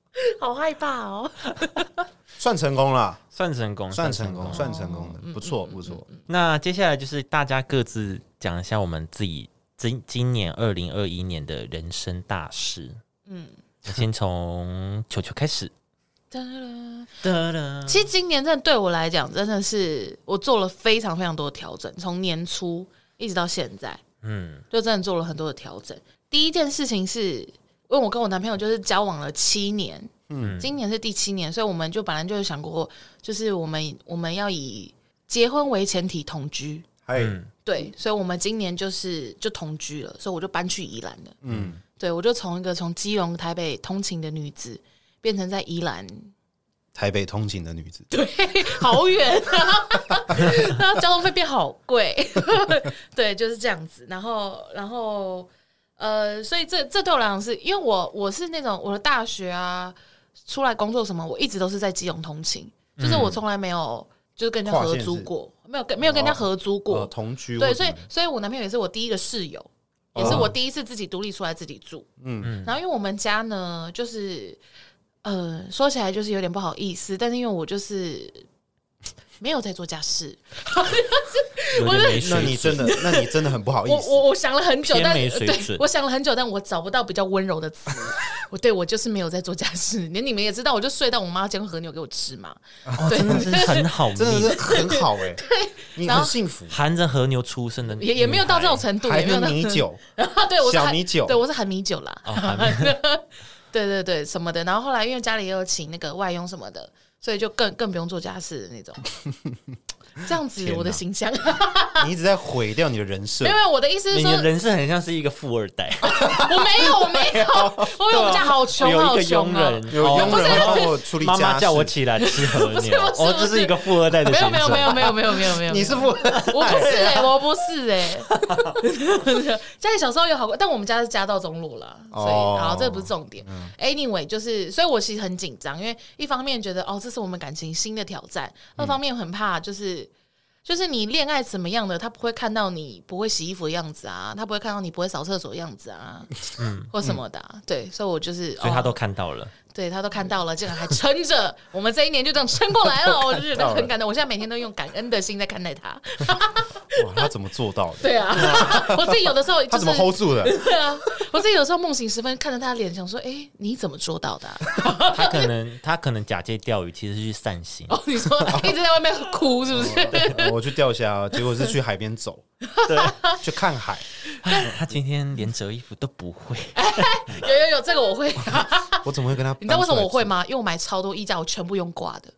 Speaker 3: 好害怕哦。
Speaker 1: 算成功了，
Speaker 2: 算成功，
Speaker 1: 算成功，
Speaker 2: 啊
Speaker 1: 算
Speaker 2: 算。
Speaker 1: 成功
Speaker 3: 嗯
Speaker 1: 的，不错不错。
Speaker 2: 那接下来就是大家各自讲一下我们自己今今年二零二一年的人生大事。
Speaker 3: 嗯，
Speaker 2: 我先从球球开始。
Speaker 3: 哒啦
Speaker 2: 哒啦
Speaker 3: 其实今年真的对我来讲，真的是我做了非常非常多的调整，从年初一直到现在，
Speaker 2: 嗯，
Speaker 3: 就真的做了很多的调整。第一件事情是，因为我跟我男朋友就是交往了七年，嗯，今年是第七年，所以我们就本来就有想过，就是我们我们要以结婚为前提同居，
Speaker 1: 还
Speaker 2: 嗯
Speaker 3: 对，所以我们今年就是就同居了，所以我就搬去宜兰了。
Speaker 1: 嗯，
Speaker 3: 对，我就从一个从基隆、台北通勤的女子，变成在宜兰
Speaker 1: 台北通勤的女子，
Speaker 3: 好远啊， 然后交通费变好贵， 对，就是这样子。然后，然后，呃，所以这这对我来讲是，因为我我是那种我的大学啊，出来工作什么，我一直都是在基隆通勤，就是我从来没有就是跟人家
Speaker 1: 跨
Speaker 3: 合
Speaker 1: 县
Speaker 3: 租
Speaker 1: 市
Speaker 3: 过，没有跟没有跟人家合租过，
Speaker 1: 哦同居
Speaker 3: 对，
Speaker 1: 或
Speaker 3: 所以
Speaker 1: 什么的
Speaker 3: 所以我男朋友也是我第一个室友，也是我第一次自己独立出来自己住。
Speaker 1: 嗯
Speaker 2: 嗯
Speaker 3: 然后因为我们家呢，就是呃，说起来就是有点不好意思，但是因为我就是。没有在做家事，
Speaker 1: 哦
Speaker 2: 有点没
Speaker 1: 那
Speaker 2: 水
Speaker 1: 你真
Speaker 2: 准
Speaker 1: 的，那你真的很不好意
Speaker 3: 我
Speaker 1: 思。
Speaker 3: 我我想了很久，
Speaker 2: 偏
Speaker 3: 但
Speaker 2: 没水
Speaker 3: 对
Speaker 2: 准
Speaker 3: 我想了很久，但我找不到比较温柔的词。 我对我就是没有在做家事，连你们也知道，我就睡到我妈煎和牛给我吃嘛。
Speaker 2: 哦，真的是很好
Speaker 1: 真的
Speaker 2: 命，
Speaker 1: 是很好 哎、你很幸福，
Speaker 2: 含着和牛出生的女孩，
Speaker 3: 也也没有到这种程度，
Speaker 1: 还
Speaker 3: 也没有
Speaker 1: 有
Speaker 3: 到
Speaker 1: 米酒，
Speaker 3: 啊对，我是
Speaker 1: 小
Speaker 3: 含
Speaker 1: 米酒
Speaker 3: 对我是含米酒啦。
Speaker 2: 哦，含
Speaker 3: 对对对，什么的。然后后来因为家里也有请那个外佣什么的，所以就更更不用做家事的 那种。这样子
Speaker 1: 天哪
Speaker 3: 我的形象，
Speaker 1: 你一直在毁掉你的人设
Speaker 3: 没有，没有，我的意思
Speaker 2: 哎
Speaker 3: 是
Speaker 2: 你
Speaker 3: 说，
Speaker 2: 的人设很像是一个富二 代，
Speaker 3: 我没有，我 没有，我有我们家好穷，
Speaker 2: 有一
Speaker 3: 好
Speaker 2: 个
Speaker 3: 穷
Speaker 2: 佣
Speaker 3: 啊。
Speaker 2: 人，
Speaker 1: 有
Speaker 2: 哦
Speaker 1: 佣人帮我处理家
Speaker 2: 妈
Speaker 1: 事，
Speaker 2: 妈叫我起来吃 和牛，哦，这是一个富二代的
Speaker 3: 没
Speaker 2: 形
Speaker 3: 有
Speaker 2: 象，
Speaker 3: 没有没有没有没有没有没有，
Speaker 1: 你是 富，
Speaker 3: 我不是哎、我不是哎、 家里小时候有好过，但我们家是家道中落啦，所以、
Speaker 1: 哦
Speaker 3: 好，这不是重点。anyway，就是，所以我其实很紧张，因为一方面觉得哦，这是我们感情新的挑战，
Speaker 2: 嗯
Speaker 3: 二方面很怕就是。就是你恋爱怎么样的，他不会看到你不会洗衣服的样子啊，他不会看到你不会扫厕所的样子啊，或什么的啊、对，所以我就是，
Speaker 2: 嗯所以他
Speaker 3: 哦
Speaker 2: 都看到了，
Speaker 3: 对他都看到了，竟然还撑着，我们这一年就这样撑 过来了，我就觉得很感动。我现在每天都用感恩的心在看待他。
Speaker 1: 哇，他怎么做到的？
Speaker 3: 对 啊，我自己有的时候
Speaker 1: 他
Speaker 3: 就是
Speaker 1: 怎么 hold 住的？
Speaker 3: 对啊，我自己有时候梦醒时分看着他的脸，想说，哎、你怎么做到的啊、
Speaker 2: 他可能他可能假借钓鱼，其实是去散心，
Speaker 3: 哦，你说一直在外面哭是不是？
Speaker 1: 呃我去钓虾，结果是去海边走，对，去看海。
Speaker 2: 唉他今天连折衣服都不会，
Speaker 3: 哎 有有有，这个我会，啊
Speaker 1: 我怎么会 跟他？
Speaker 3: 你知道为什么我会？吗？因为我买超多衣架，我全部用挂的，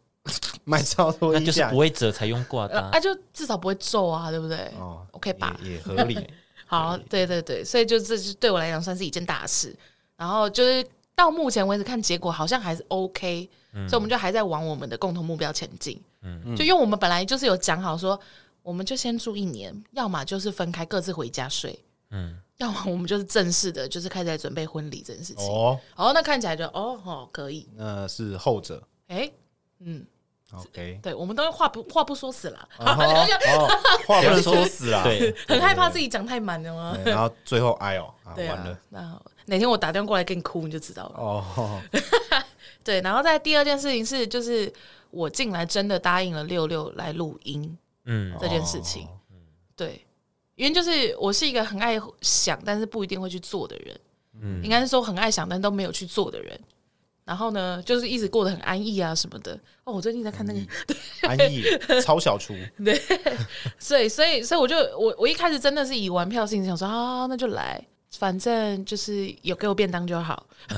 Speaker 1: 买超多
Speaker 2: 那
Speaker 1: 衣
Speaker 2: 就是
Speaker 1: 架
Speaker 2: 不会折才用挂的啊
Speaker 3: 啊，就至少不会皱啊，对不对、
Speaker 1: 哦
Speaker 3: o k 吧？
Speaker 1: 也也合 理。
Speaker 3: 好，对对对，所以就这就对我来讲算是一件大事。然后就是到目前为止看结果好像还是 OK，、所以我们就还在往我们的共同目标前进。嗯，就因为我们本来就是有讲好说，我们就先住一年，要么就是分开各自回家睡，
Speaker 2: 嗯，
Speaker 3: 要么我们就是正式的，就是开始在准备婚礼这件事情。哦，
Speaker 1: 哦，
Speaker 3: 那看起来就哦哦可以，
Speaker 1: 那是后者。
Speaker 3: 哎、嗯，
Speaker 1: OK，
Speaker 3: 对，我们都话不话不说死了，
Speaker 1: 然后 哦，话不能说死啦。
Speaker 2: 对，
Speaker 3: 很害怕自己讲太满了吗？
Speaker 1: 对，然后最后哎呦，啊
Speaker 3: 对
Speaker 1: 完
Speaker 3: 啊
Speaker 1: 了，
Speaker 3: 那哪天我打电话过来跟你哭，你就知道了。
Speaker 1: 哦，
Speaker 3: 对，然后在第二件事情是，就是我进来真的答应了六六来录音
Speaker 2: 嗯，
Speaker 3: 这件事情。
Speaker 1: 哦
Speaker 3: 对，因为就是我是一个很爱想，但是不一定会去做的人。
Speaker 2: 嗯
Speaker 3: 应该是说很爱想，但都没有去做的人。然后呢，就是一直过得很安逸啊什么的。哦，我最近在看那个，
Speaker 1: 安逸超小厨，
Speaker 3: 所以所以所以我就我我一开始真的是以玩票性质想说啊，那就来，反正就是有给我便当就好、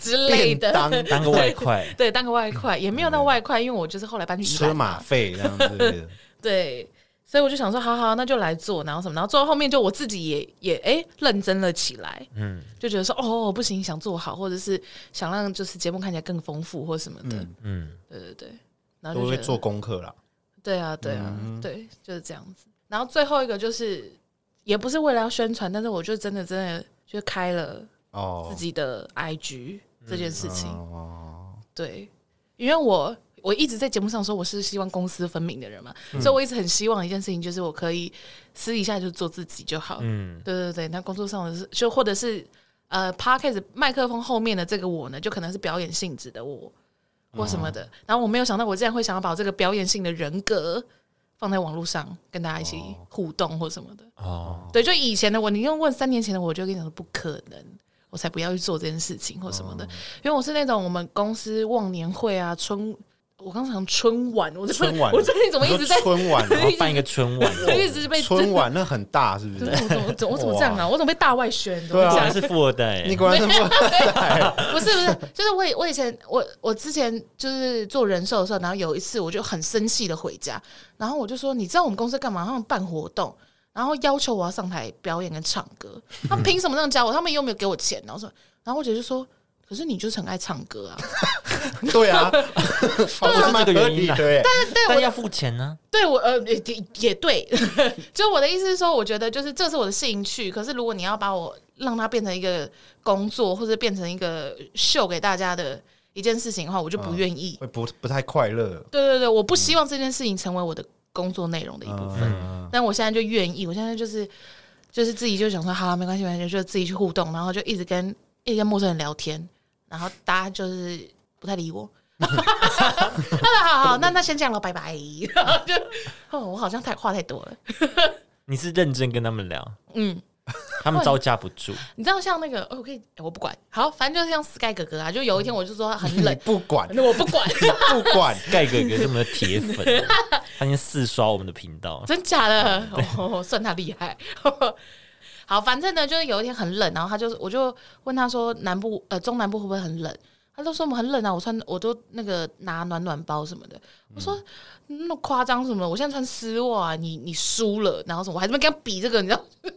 Speaker 3: 之类
Speaker 1: 嗯便
Speaker 3: 的。
Speaker 1: 当嗯
Speaker 2: 当个外快，
Speaker 3: 对，当个外快也没有到外快，因为我就是后来搬去宜
Speaker 1: 车
Speaker 3: 兰
Speaker 1: 马
Speaker 3: 嘛
Speaker 1: 费这样子。
Speaker 3: 对，所以我就想说，好好，那就来做，然后什么，然后做到后面就我自己也也哎、认真了起来，嗯，就觉得说哦不行，想做好，或者是想让就是节目看起来更丰富或什么的，
Speaker 2: 嗯，
Speaker 3: 对对对，然后
Speaker 1: 都
Speaker 3: 就
Speaker 1: 会
Speaker 3: 觉得
Speaker 1: 做功课啦。
Speaker 3: 对啊对啊、对，就是这样子。然后最后一个就是也不是为了要宣传，但是我就真的真的就开了
Speaker 1: 哦，
Speaker 3: 自己的 IG 这件事情，
Speaker 1: 哦，
Speaker 3: 对，因为我我一直在节目上说我是希望公私分明的人嘛，所以我一直很希望一件事情就是我可以私底下就做自己就好。
Speaker 2: 嗯
Speaker 3: 对对对，那工作上的事就或者是呃 p a r k a s 麦克风后面的这个我呢，就可能是表演性质的我
Speaker 1: 嗯
Speaker 3: 或什么的。然后我没有想到我竟然会想要把我这个表演性的人格放在网络上跟大家一起
Speaker 1: 哦
Speaker 3: 互动或什么的。
Speaker 2: 哦，
Speaker 3: 对，就以前的我，你用问三年前的我，我就跟你讲说不可能，我才不要去做这件事情或什么
Speaker 1: 哦
Speaker 3: 的，因为我是那种我们公司忘年会啊、春，我刚讲春晚，我
Speaker 1: 春晚
Speaker 3: 我最近怎么一直在
Speaker 1: 你说，春晚
Speaker 2: 然
Speaker 1: 哦？
Speaker 2: 后办一个春 晚，
Speaker 3: 我一直被
Speaker 1: 春晚那很大是不是？
Speaker 3: 我怎么我怎么我怎么这样啊？我怎么被大外宣？怎么
Speaker 1: 对啊
Speaker 2: 果
Speaker 3: 这样
Speaker 2: 哦然是富二代
Speaker 1: 你，果然是不
Speaker 3: 不是不是，就是我以我以前我我之前就是做人寿的时候，然后有一次我就很生气的回家，然后我就说，你知道我们公司干嘛？他们办活动，然后要求我要上台表演跟唱歌，他们凭什么这样教我？他们又没有给我钱，然后说，然后我姐就说。可是你就是很爱唱歌啊！
Speaker 1: 对啊，好像蛮合理的耶。
Speaker 2: 但要付钱呢。
Speaker 3: 对我呃也也也对， 就我的意思是说，我觉得就是这是我的兴趣。可是如果你要把我让它变成一个工作，或者变成一个秀给大家的一件事情的话，我就不愿意。
Speaker 1: 会不不太快乐。
Speaker 3: 对对对，我不希望这件事情成为我的工作内容的一部分。
Speaker 1: 嗯，
Speaker 3: 但我现在就愿意，我现在就是就是自己就想说，好、没关系，没关系，就自己去互动，然后就一直跟一直跟陌生人聊天，然后大家就是不太理我。 那好好，那那先这样了，拜拜。 然后就哦，我好像太话太多了。
Speaker 2: 你是认真跟他们聊，
Speaker 3: 嗯，
Speaker 2: 他们招架不住，
Speaker 3: 你知道像那个，哦、我可以，我不管，好，反正就是像 Sky 哥哥啊，就有一天我就说他 很
Speaker 1: 你
Speaker 3: 冷，
Speaker 1: 不管
Speaker 3: 那我不管，
Speaker 1: 不管，
Speaker 2: 盖哥哥是我们的铁粉，他已经四刷我们的频道，
Speaker 3: 真假的？哦，算他厉害。 好，反正呢，就是有一天很冷，然后他就是，我就问他说，南部呃中南部会不会很冷？他就说我们很冷啊，我穿我都那个拿暖暖包什么的。我说
Speaker 2: 嗯
Speaker 3: 那么夸张什么的？我现在穿丝袜、啊你你输了，然后什么？我还这么跟他比这个，你知道？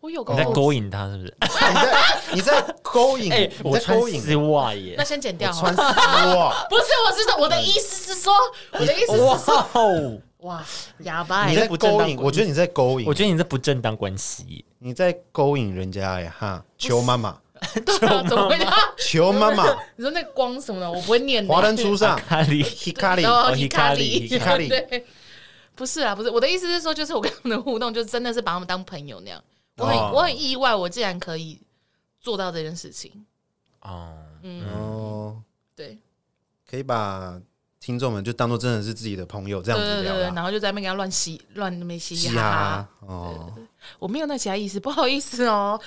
Speaker 3: 我有个
Speaker 2: 你在勾引他是不是？
Speaker 1: 你在你在勾引
Speaker 2: 哎，，
Speaker 1: 哦你
Speaker 2: 我
Speaker 1: 在
Speaker 2: 穿
Speaker 1: 勾引，啊
Speaker 2: 丝袜耶
Speaker 3: 那！先剪掉
Speaker 1: 我
Speaker 3: 好
Speaker 1: 穿
Speaker 3: 了。
Speaker 1: 丝袜，
Speaker 3: 不是，我是说我的意思是说，我的意思
Speaker 2: 哎哇
Speaker 3: 是
Speaker 2: 哦，
Speaker 3: 哇，哑巴
Speaker 1: 你
Speaker 3: 欸，
Speaker 1: 在
Speaker 2: 不正当
Speaker 1: 勾 引，我觉得你在勾
Speaker 2: 我
Speaker 1: 引，
Speaker 2: 觉得你这不正当关系，
Speaker 1: 你在勾引人家呀哈！求妈妈，
Speaker 3: 对啊，怎么会这样？
Speaker 1: 求妈妈，
Speaker 3: 你说那光什么的，我不会念的。
Speaker 1: 华灯初 上
Speaker 2: 咖喱
Speaker 1: 啊，Hikari，
Speaker 3: 哦
Speaker 2: 哦，Hikari，
Speaker 1: Hikari
Speaker 3: 对，不是啊，不是我的意思是说，就是我跟他们的互动，就真的是把他们当朋友那样。我很、
Speaker 1: 哦
Speaker 3: 我很意外，我竟然可以做到这件事情。
Speaker 2: 哦，
Speaker 1: 哦，
Speaker 3: 对，
Speaker 1: 可以把听众们就当做真的是自己的朋友这
Speaker 3: 对
Speaker 1: 样
Speaker 3: 对
Speaker 1: 子
Speaker 3: 对
Speaker 1: 聊
Speaker 3: 对，
Speaker 1: 啦，
Speaker 3: 然后就在那边跟他乱嘻乱那边嘻嘻
Speaker 1: 嘻
Speaker 3: 哈哈
Speaker 1: 哈，哦，
Speaker 3: 我没有那其他意思，不好意思哦。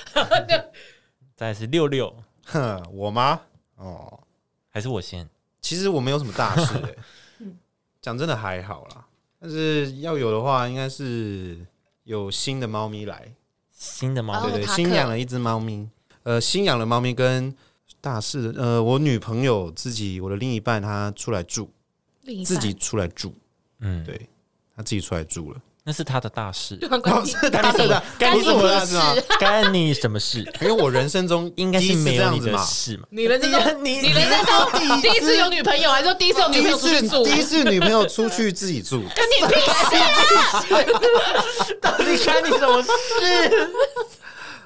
Speaker 2: 再来是六六，
Speaker 1: 哼，我吗？哦，
Speaker 2: 还是我先？
Speaker 1: 其实我没有什么大事、 欸，
Speaker 3: 嗯
Speaker 1: 讲真的还好啦。但是要有的话，应该是有新的猫咪来，
Speaker 2: 新的
Speaker 3: 哦
Speaker 2: 猫
Speaker 1: 对对，
Speaker 3: 塔克
Speaker 1: 新养了一只猫咪，呃，新养了猫咪跟大事，呃，我女朋友自己，我的另一半她出来住，
Speaker 3: 另一半
Speaker 1: 自己出来住，
Speaker 2: 嗯，
Speaker 1: 对，她自己出来住了，
Speaker 2: 那是他的大 事，
Speaker 1: 哦，是她的，
Speaker 2: 干
Speaker 1: 不
Speaker 2: 你
Speaker 1: 是
Speaker 2: 什
Speaker 1: 我
Speaker 2: 么
Speaker 1: 的大事啊吗？
Speaker 2: 事？干你什么事？
Speaker 1: 因为我人生中
Speaker 2: 应该
Speaker 1: 第一
Speaker 2: 是
Speaker 1: 次
Speaker 2: 没
Speaker 1: 这
Speaker 2: 有
Speaker 1: 样
Speaker 2: 你
Speaker 1: 子
Speaker 2: 的
Speaker 1: 嘛，
Speaker 2: 事嘛？
Speaker 3: 你人生中
Speaker 2: 你
Speaker 3: 你人生中第一次有女朋友，还是说第一次有
Speaker 1: 第
Speaker 3: 女朋
Speaker 1: 一
Speaker 3: 友出去
Speaker 1: 次
Speaker 3: 住？
Speaker 1: 第一
Speaker 3: 跟
Speaker 1: 次女朋友出去自己 住，
Speaker 3: 你屁事
Speaker 2: 到底干你什么事？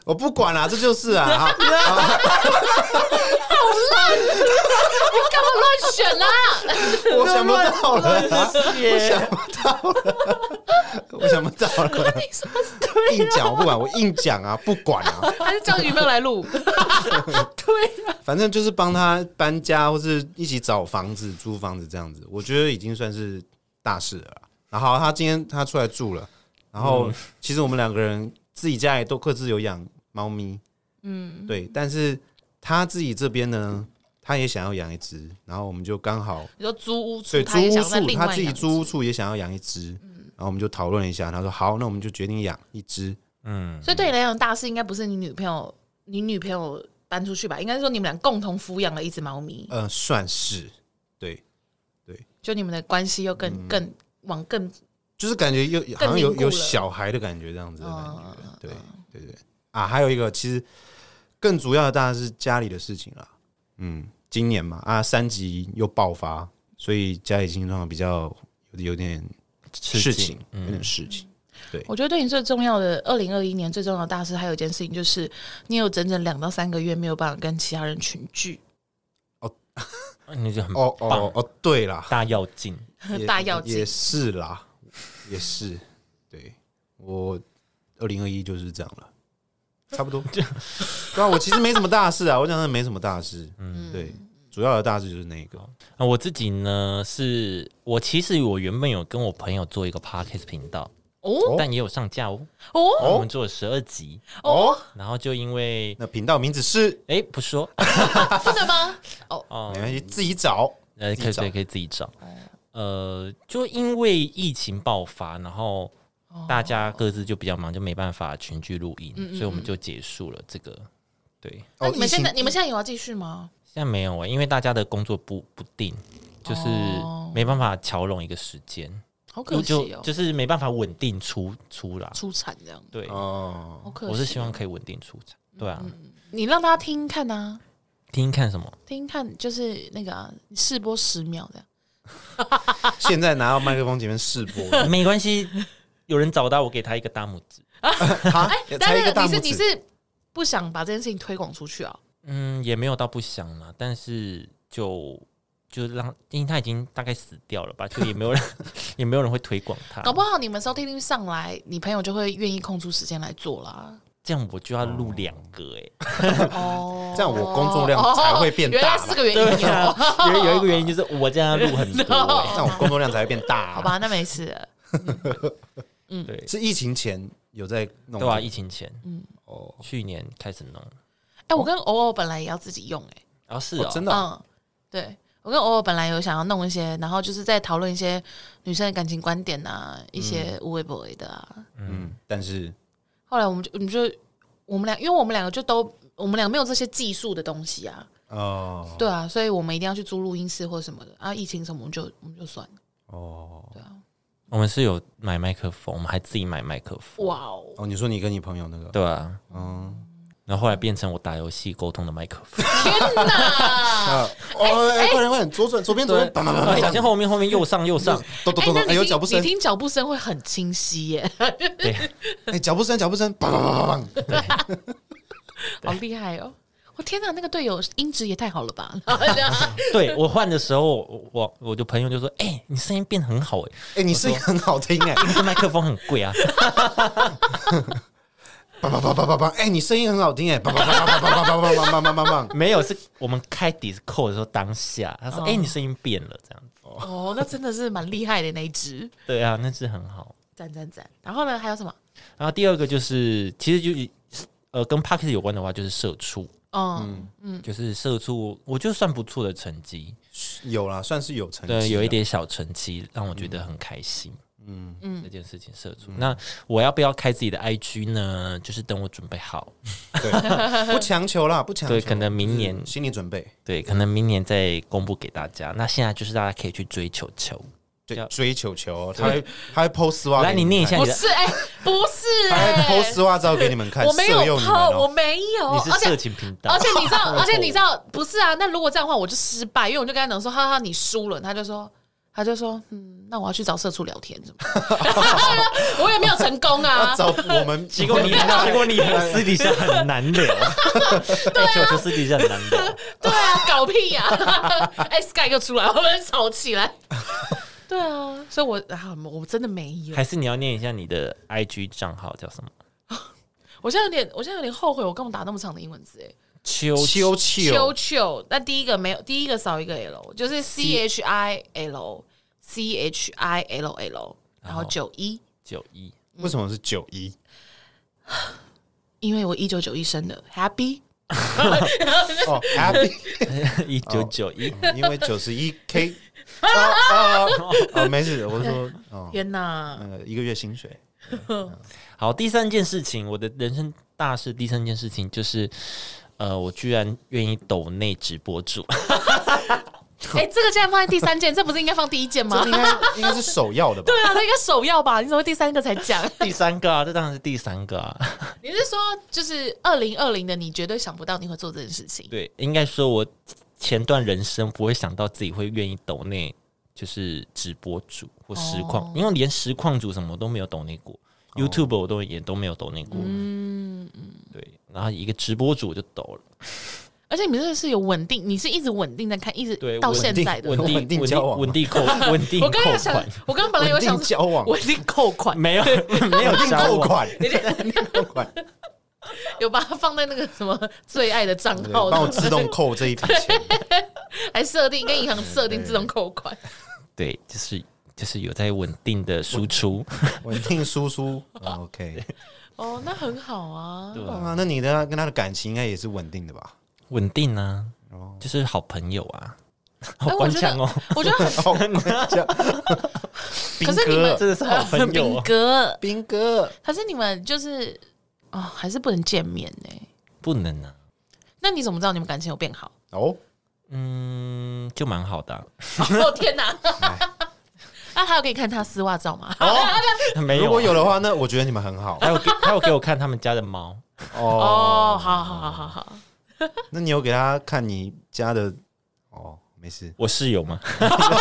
Speaker 1: 我不管啦、这就是啊， 好
Speaker 3: 你干嘛乱选 啊？
Speaker 1: 我想不到了、啊。
Speaker 2: 耶！
Speaker 1: 我想不到了，
Speaker 3: 你什么事？
Speaker 1: 硬讲我不管，我硬讲啊，不管啊，
Speaker 3: 还是叫女朋友来 录？对啊，
Speaker 1: 反正就是帮他搬家或是一起找房子、租房子这样子，我觉得已经算是大事了啦。然后他今天他出来住了，然后其实我们两个人自己家里都各自有养猫咪，嗯，对，但是他自己这边呢，他也想要养一只，然后我们就刚好
Speaker 3: 你说租屋
Speaker 1: 所以
Speaker 3: 处，
Speaker 1: 租
Speaker 3: 他也
Speaker 1: 屋
Speaker 3: 想在
Speaker 1: 处
Speaker 3: 另
Speaker 1: 他
Speaker 3: 外
Speaker 1: 自己
Speaker 3: 养嗯
Speaker 1: 租屋处也想要养一只，然后我们就讨论了一下，他说好，那我们就决定养一只，
Speaker 2: 嗯，
Speaker 3: 所以对你来讲，大事应该不是你女朋友，你女朋友搬出去吧？应该是说你们俩共同抚养了一只猫咪，
Speaker 1: 呃，算是对。嗯
Speaker 3: 就你们的关系又更、更往更
Speaker 1: 就是感觉有好像
Speaker 3: 凝
Speaker 1: 有
Speaker 3: 固
Speaker 1: 有
Speaker 3: 了
Speaker 1: 小孩的感觉，这样子的感觉。
Speaker 3: 嗯
Speaker 1: 对对对啊，还有一个其实更主要的当然是家里的事情啦。嗯，今年嘛啊，三级又爆发，所以家里经济状况比较有有点事情，嗯有点事情。
Speaker 3: 我觉得对你最重要的，二零二一年最重要的大事，还有一件事情就是，你有整整两到三个月没有办法跟其他人群聚，
Speaker 2: 你就很
Speaker 1: 哦
Speaker 2: 棒
Speaker 1: 哦哦，对啦，
Speaker 2: 大要进，
Speaker 1: 也
Speaker 3: 大要紧
Speaker 1: 也是啦，也是。对我二零二一就是这样了，差 不多。对啊，我其实没什么大事啊，我讲的没什么大事。嗯，对，主要的大事就是那个。
Speaker 3: 哦
Speaker 2: 啊，我自己呢，是我其实我原本有跟我朋友做一个 podcast 频道，
Speaker 3: 哦
Speaker 2: 但也有上架哦。
Speaker 3: 哦
Speaker 2: 我们做了十二集，
Speaker 1: 哦，
Speaker 2: 然后就因为
Speaker 1: 那频道名字是，
Speaker 2: 哎不说，
Speaker 1: 啊
Speaker 3: 不能吗？哦，
Speaker 2: 哦
Speaker 1: 没，关系，自己找。
Speaker 2: 呃，
Speaker 1: 自己
Speaker 2: 可以
Speaker 1: 找
Speaker 2: 可以可以自己找。呃，就因为疫情爆发，然后
Speaker 3: 哦
Speaker 2: 大家各自就比较忙，就没办法群聚录音，
Speaker 3: 嗯
Speaker 2: 所以我们就结束了这个。对，
Speaker 3: 那
Speaker 1: 哦，
Speaker 3: 你们
Speaker 1: 疫情
Speaker 3: 现在你们现在有要继续吗？
Speaker 2: 现在没有啊、因为大家的工作不不定，就是
Speaker 3: 哦
Speaker 2: 没办法调拢一个时间，
Speaker 3: 好可
Speaker 2: 就
Speaker 3: 惜
Speaker 2: 就
Speaker 3: 哦，
Speaker 2: 就是没办法稳定出出啦。
Speaker 3: 出产这样，
Speaker 2: 对，
Speaker 1: 哦，
Speaker 3: 好可惜。嗯
Speaker 2: 我是希望可以稳定出产。对啊，
Speaker 3: 你让他听看啊，
Speaker 2: 听听看什么？
Speaker 3: 听看就是那个啊你试播十秒这样。啊
Speaker 1: 现在拿到麦克风前面试播，
Speaker 2: 没关系，有人找到我，给他一个大拇指。
Speaker 1: 好，
Speaker 3: 但
Speaker 1: 猜一
Speaker 3: 是
Speaker 1: 个大
Speaker 3: 你是
Speaker 1: 拇
Speaker 3: 你
Speaker 1: 指。
Speaker 3: 是不想把这件事情推广出去啊？
Speaker 2: 嗯，也没有到不想啦，但是就就让，因为他已经大概死掉了吧，就也没 有人也没有人会推广他。
Speaker 3: 搞不好你们收听率上来，你朋友就会愿意空出时间来做啦。
Speaker 2: 这样我就要录两个哎、
Speaker 3: 哦，
Speaker 1: 这样我工作量才会变大
Speaker 3: 原来是这个原因
Speaker 2: 对
Speaker 3: 哦。
Speaker 2: 啊，有有一个原因就是我这样要录很多、
Speaker 1: 这
Speaker 2: 欸，
Speaker 1: 样我工作量才会变大。啊
Speaker 3: 好，吧，那没事了。
Speaker 2: 对
Speaker 1: 是疫情前有在弄
Speaker 2: 对啊，疫情前
Speaker 3: 嗯
Speaker 1: 哦，
Speaker 2: 去年开始弄，
Speaker 3: 哎、我跟偶尔本来也要自己用、哎，
Speaker 2: 啊是
Speaker 1: 哦
Speaker 2: 哦，
Speaker 1: 真的哦
Speaker 3: 嗯，对我跟偶尔本来有想要弄一些，然后就是在讨论一些女生的感情观点啊，一些无微不为的啊。
Speaker 1: 嗯，但是
Speaker 3: 后来我们就我们就我们俩，因为我们两个就都我们俩没有这些技术的东西啊，
Speaker 1: 哦
Speaker 3: 对啊，所以我们一定要去租录音室或什么的啊。疫情什么我们就我们就算了，
Speaker 1: 哦
Speaker 3: 对啊。
Speaker 2: 我们是有买麦克风，我们还自己买麦克风，
Speaker 3: 哇哦，
Speaker 1: 哦，你说你跟你朋友那个，
Speaker 2: 对啊，
Speaker 1: 嗯。
Speaker 2: 然后后来变成我打游戏沟通的麦克风。
Speaker 3: 天哪！
Speaker 1: 啊！ 哦，哎，快点快点，左转，左边，左边，砰砰砰
Speaker 2: 哎
Speaker 1: 砰
Speaker 2: 小心后面，后面右上右 上，
Speaker 1: 咚咚
Speaker 3: 哎、
Speaker 1: 咚咚，
Speaker 3: 那
Speaker 1: 哎，
Speaker 3: 你听
Speaker 1: 有脚步
Speaker 3: 你
Speaker 1: 声，
Speaker 3: 听脚步声会很清晰耶，
Speaker 2: 对，
Speaker 1: 哎，脚步声，脚步声，砰砰砰砰砰，
Speaker 3: 好厉害哦！我天哪，那个队友音质也太好了 吧！
Speaker 2: 对我换的时候，我我我就朋友就说：“哎、你声音变很好哎、
Speaker 1: 哎，你声音很好听，哎，
Speaker 2: 这麦克风很贵啊。
Speaker 1: 砰砰砰砰砰砰，哎，你声音很好听，哎，砰砰砰砰砰砰砰砰砰砰砰”砰，
Speaker 2: 没有，是我们开 Discord 的时候当下，他说：“哎、你声音变了，这样子。
Speaker 3: 哦，那真的是蛮厉害的那一只，”
Speaker 2: 对啊，那是很好。
Speaker 3: 赞赞赞。然后呢，还有什么？
Speaker 2: 然后第二个就是，其实就是呃，跟 p a c k e t 有关的话，就是社畜，
Speaker 3: 嗯，
Speaker 2: 就是社畜，我就算不错的成绩，
Speaker 1: 有啦，算是有成绩啦，
Speaker 2: 对，有一点小成绩，让我觉得很开心。嗯嗯，这件事情社畜。那我要不要开自己的 IG 呢？就是等我准备好，
Speaker 1: 对，不强求啦，不强求，
Speaker 2: 对，可能明年
Speaker 1: 心理准备，
Speaker 2: 对，可能明年再公布给大家。那现在就是大家可以去追求球。
Speaker 1: 对
Speaker 2: 要，
Speaker 1: 追求球，他会他会 PO 丝袜给
Speaker 2: 来
Speaker 1: 看，
Speaker 2: 你念一下
Speaker 3: 不是，哎、不 是、
Speaker 1: 他
Speaker 3: 哎，
Speaker 1: 会 PO 丝袜照给你们看，
Speaker 3: 我没有
Speaker 1: 色诱你们
Speaker 3: 碰，我
Speaker 1: 哦，
Speaker 3: 没有，
Speaker 2: 你是
Speaker 3: 而
Speaker 2: 色
Speaker 3: 且
Speaker 2: 情频道
Speaker 3: 而，且你知 道，而且你知道，不是啊？那如果这样的话，我就失败，因为我就跟他讲说，哈哈，你输了，他就说。他就说：“嗯，那我要去找社畜聊天，怎么？ 我也没有成功啊
Speaker 1: 要。找我们，
Speaker 2: 结果你，结果你私底下很难聊，
Speaker 3: 啊
Speaker 2: 对，球球私底下很难聊。
Speaker 3: 对啊，搞屁呀、哎、s k y 又出来，我们吵起来。对啊，所以我啊，我真的没有。
Speaker 2: 还是你要念一下你的 IG 账号叫什么？
Speaker 3: 我现在有点，我现在有点后悔，我干嘛打那么长的英文字、哎，
Speaker 2: 秋
Speaker 1: 秋
Speaker 3: 秋
Speaker 1: 秋，
Speaker 3: 秋，那第一个没有，第一个少一个 L，就是 C H I L C H I L L，然后九一，
Speaker 2: 九一，
Speaker 1: 为什么是九一？
Speaker 3: 因为我一九九一生的，Happy
Speaker 1: 哦，Happy。
Speaker 2: 一九九一，
Speaker 1: 因为九十一 K 啊啊啊啊！没事，我说哦，
Speaker 3: 天哪，
Speaker 1: 那个一个月薪水
Speaker 2: 好，第三件事情，我的人生大事，第三件事情就是，呃，我居然愿意抖内直播主，
Speaker 3: 哎、这个竟然放在第三 件，这不是应该放第一件吗
Speaker 1: 这？应该应该是首要的吧？
Speaker 3: 对啊，那应该首要吧？你怎么会第三个才讲？
Speaker 2: 第三个啊，这当然是第三个啊。
Speaker 3: 你是说，就是二零二零的你绝对想不到你会做这件事情？
Speaker 2: 对，应该说我前段人生不会想到自己会愿意抖内，就是直播主或实况，
Speaker 3: 哦
Speaker 2: 因为连实况主什么都没有抖内过、y o u t u b e 我都也都没有抖内过。
Speaker 3: 嗯，
Speaker 2: 对，然后一个直播主我就抖了，
Speaker 3: 而且你们真的是有稳定，你是一直稳定在看，一直
Speaker 2: 对
Speaker 3: 到
Speaker 2: 稳
Speaker 3: 现
Speaker 1: 定
Speaker 3: 在的。
Speaker 2: 稳定
Speaker 1: 稳定
Speaker 2: 稳
Speaker 1: 交往吗
Speaker 2: 定稳定扣稳定
Speaker 3: 我
Speaker 2: 扣
Speaker 3: 刚刚有想
Speaker 2: 款，，
Speaker 3: 我刚刚本来有想
Speaker 1: 稳定交往
Speaker 3: 稳定扣款，
Speaker 2: 没有没有
Speaker 1: 稳定
Speaker 2: 交
Speaker 1: 扣
Speaker 2: 往，
Speaker 1: 款，稳定扣款，
Speaker 3: 有把它放在那个什么最爱的账
Speaker 1: 对
Speaker 3: 号
Speaker 1: 帮我
Speaker 3: 的，
Speaker 1: 自动扣这一笔钱。
Speaker 3: 还设定跟银行设定自动扣款。
Speaker 2: 对，就是就是有在稳定的输出，
Speaker 1: 稳定输出啊，OK，
Speaker 3: 哦，那很好啊。
Speaker 2: 对啊
Speaker 1: 啊，那你的跟他的感情应该也是稳定的 吧？
Speaker 2: 稳定啊，
Speaker 1: 哦，
Speaker 2: 就是好朋友 啊，好
Speaker 3: 哎我
Speaker 2: 官
Speaker 3: 觉得
Speaker 2: 腔哦，
Speaker 3: 我觉得很
Speaker 1: 好这样
Speaker 3: 可是你们
Speaker 2: 真的是好 朋友
Speaker 3: 饼
Speaker 2: 啊。
Speaker 3: 哥，
Speaker 1: 兵哥，
Speaker 3: 可是你们就是哦，还是不能见面呢、
Speaker 2: 不能啊，
Speaker 3: 那你怎么知道你们感情有变好？
Speaker 1: 哦，
Speaker 2: 嗯，就蛮好的啊、
Speaker 3: 哦天哪！ 那他有给你看他丝袜照吗？
Speaker 2: 没有啊、
Speaker 1: 如果有的话，那我觉得你们很好
Speaker 2: 还有给还有给我看他们家的猫，
Speaker 1: 哦。
Speaker 3: 哦，好好好好好，
Speaker 1: 那你有给他看你家的？哦，没事，
Speaker 2: 我室友吗？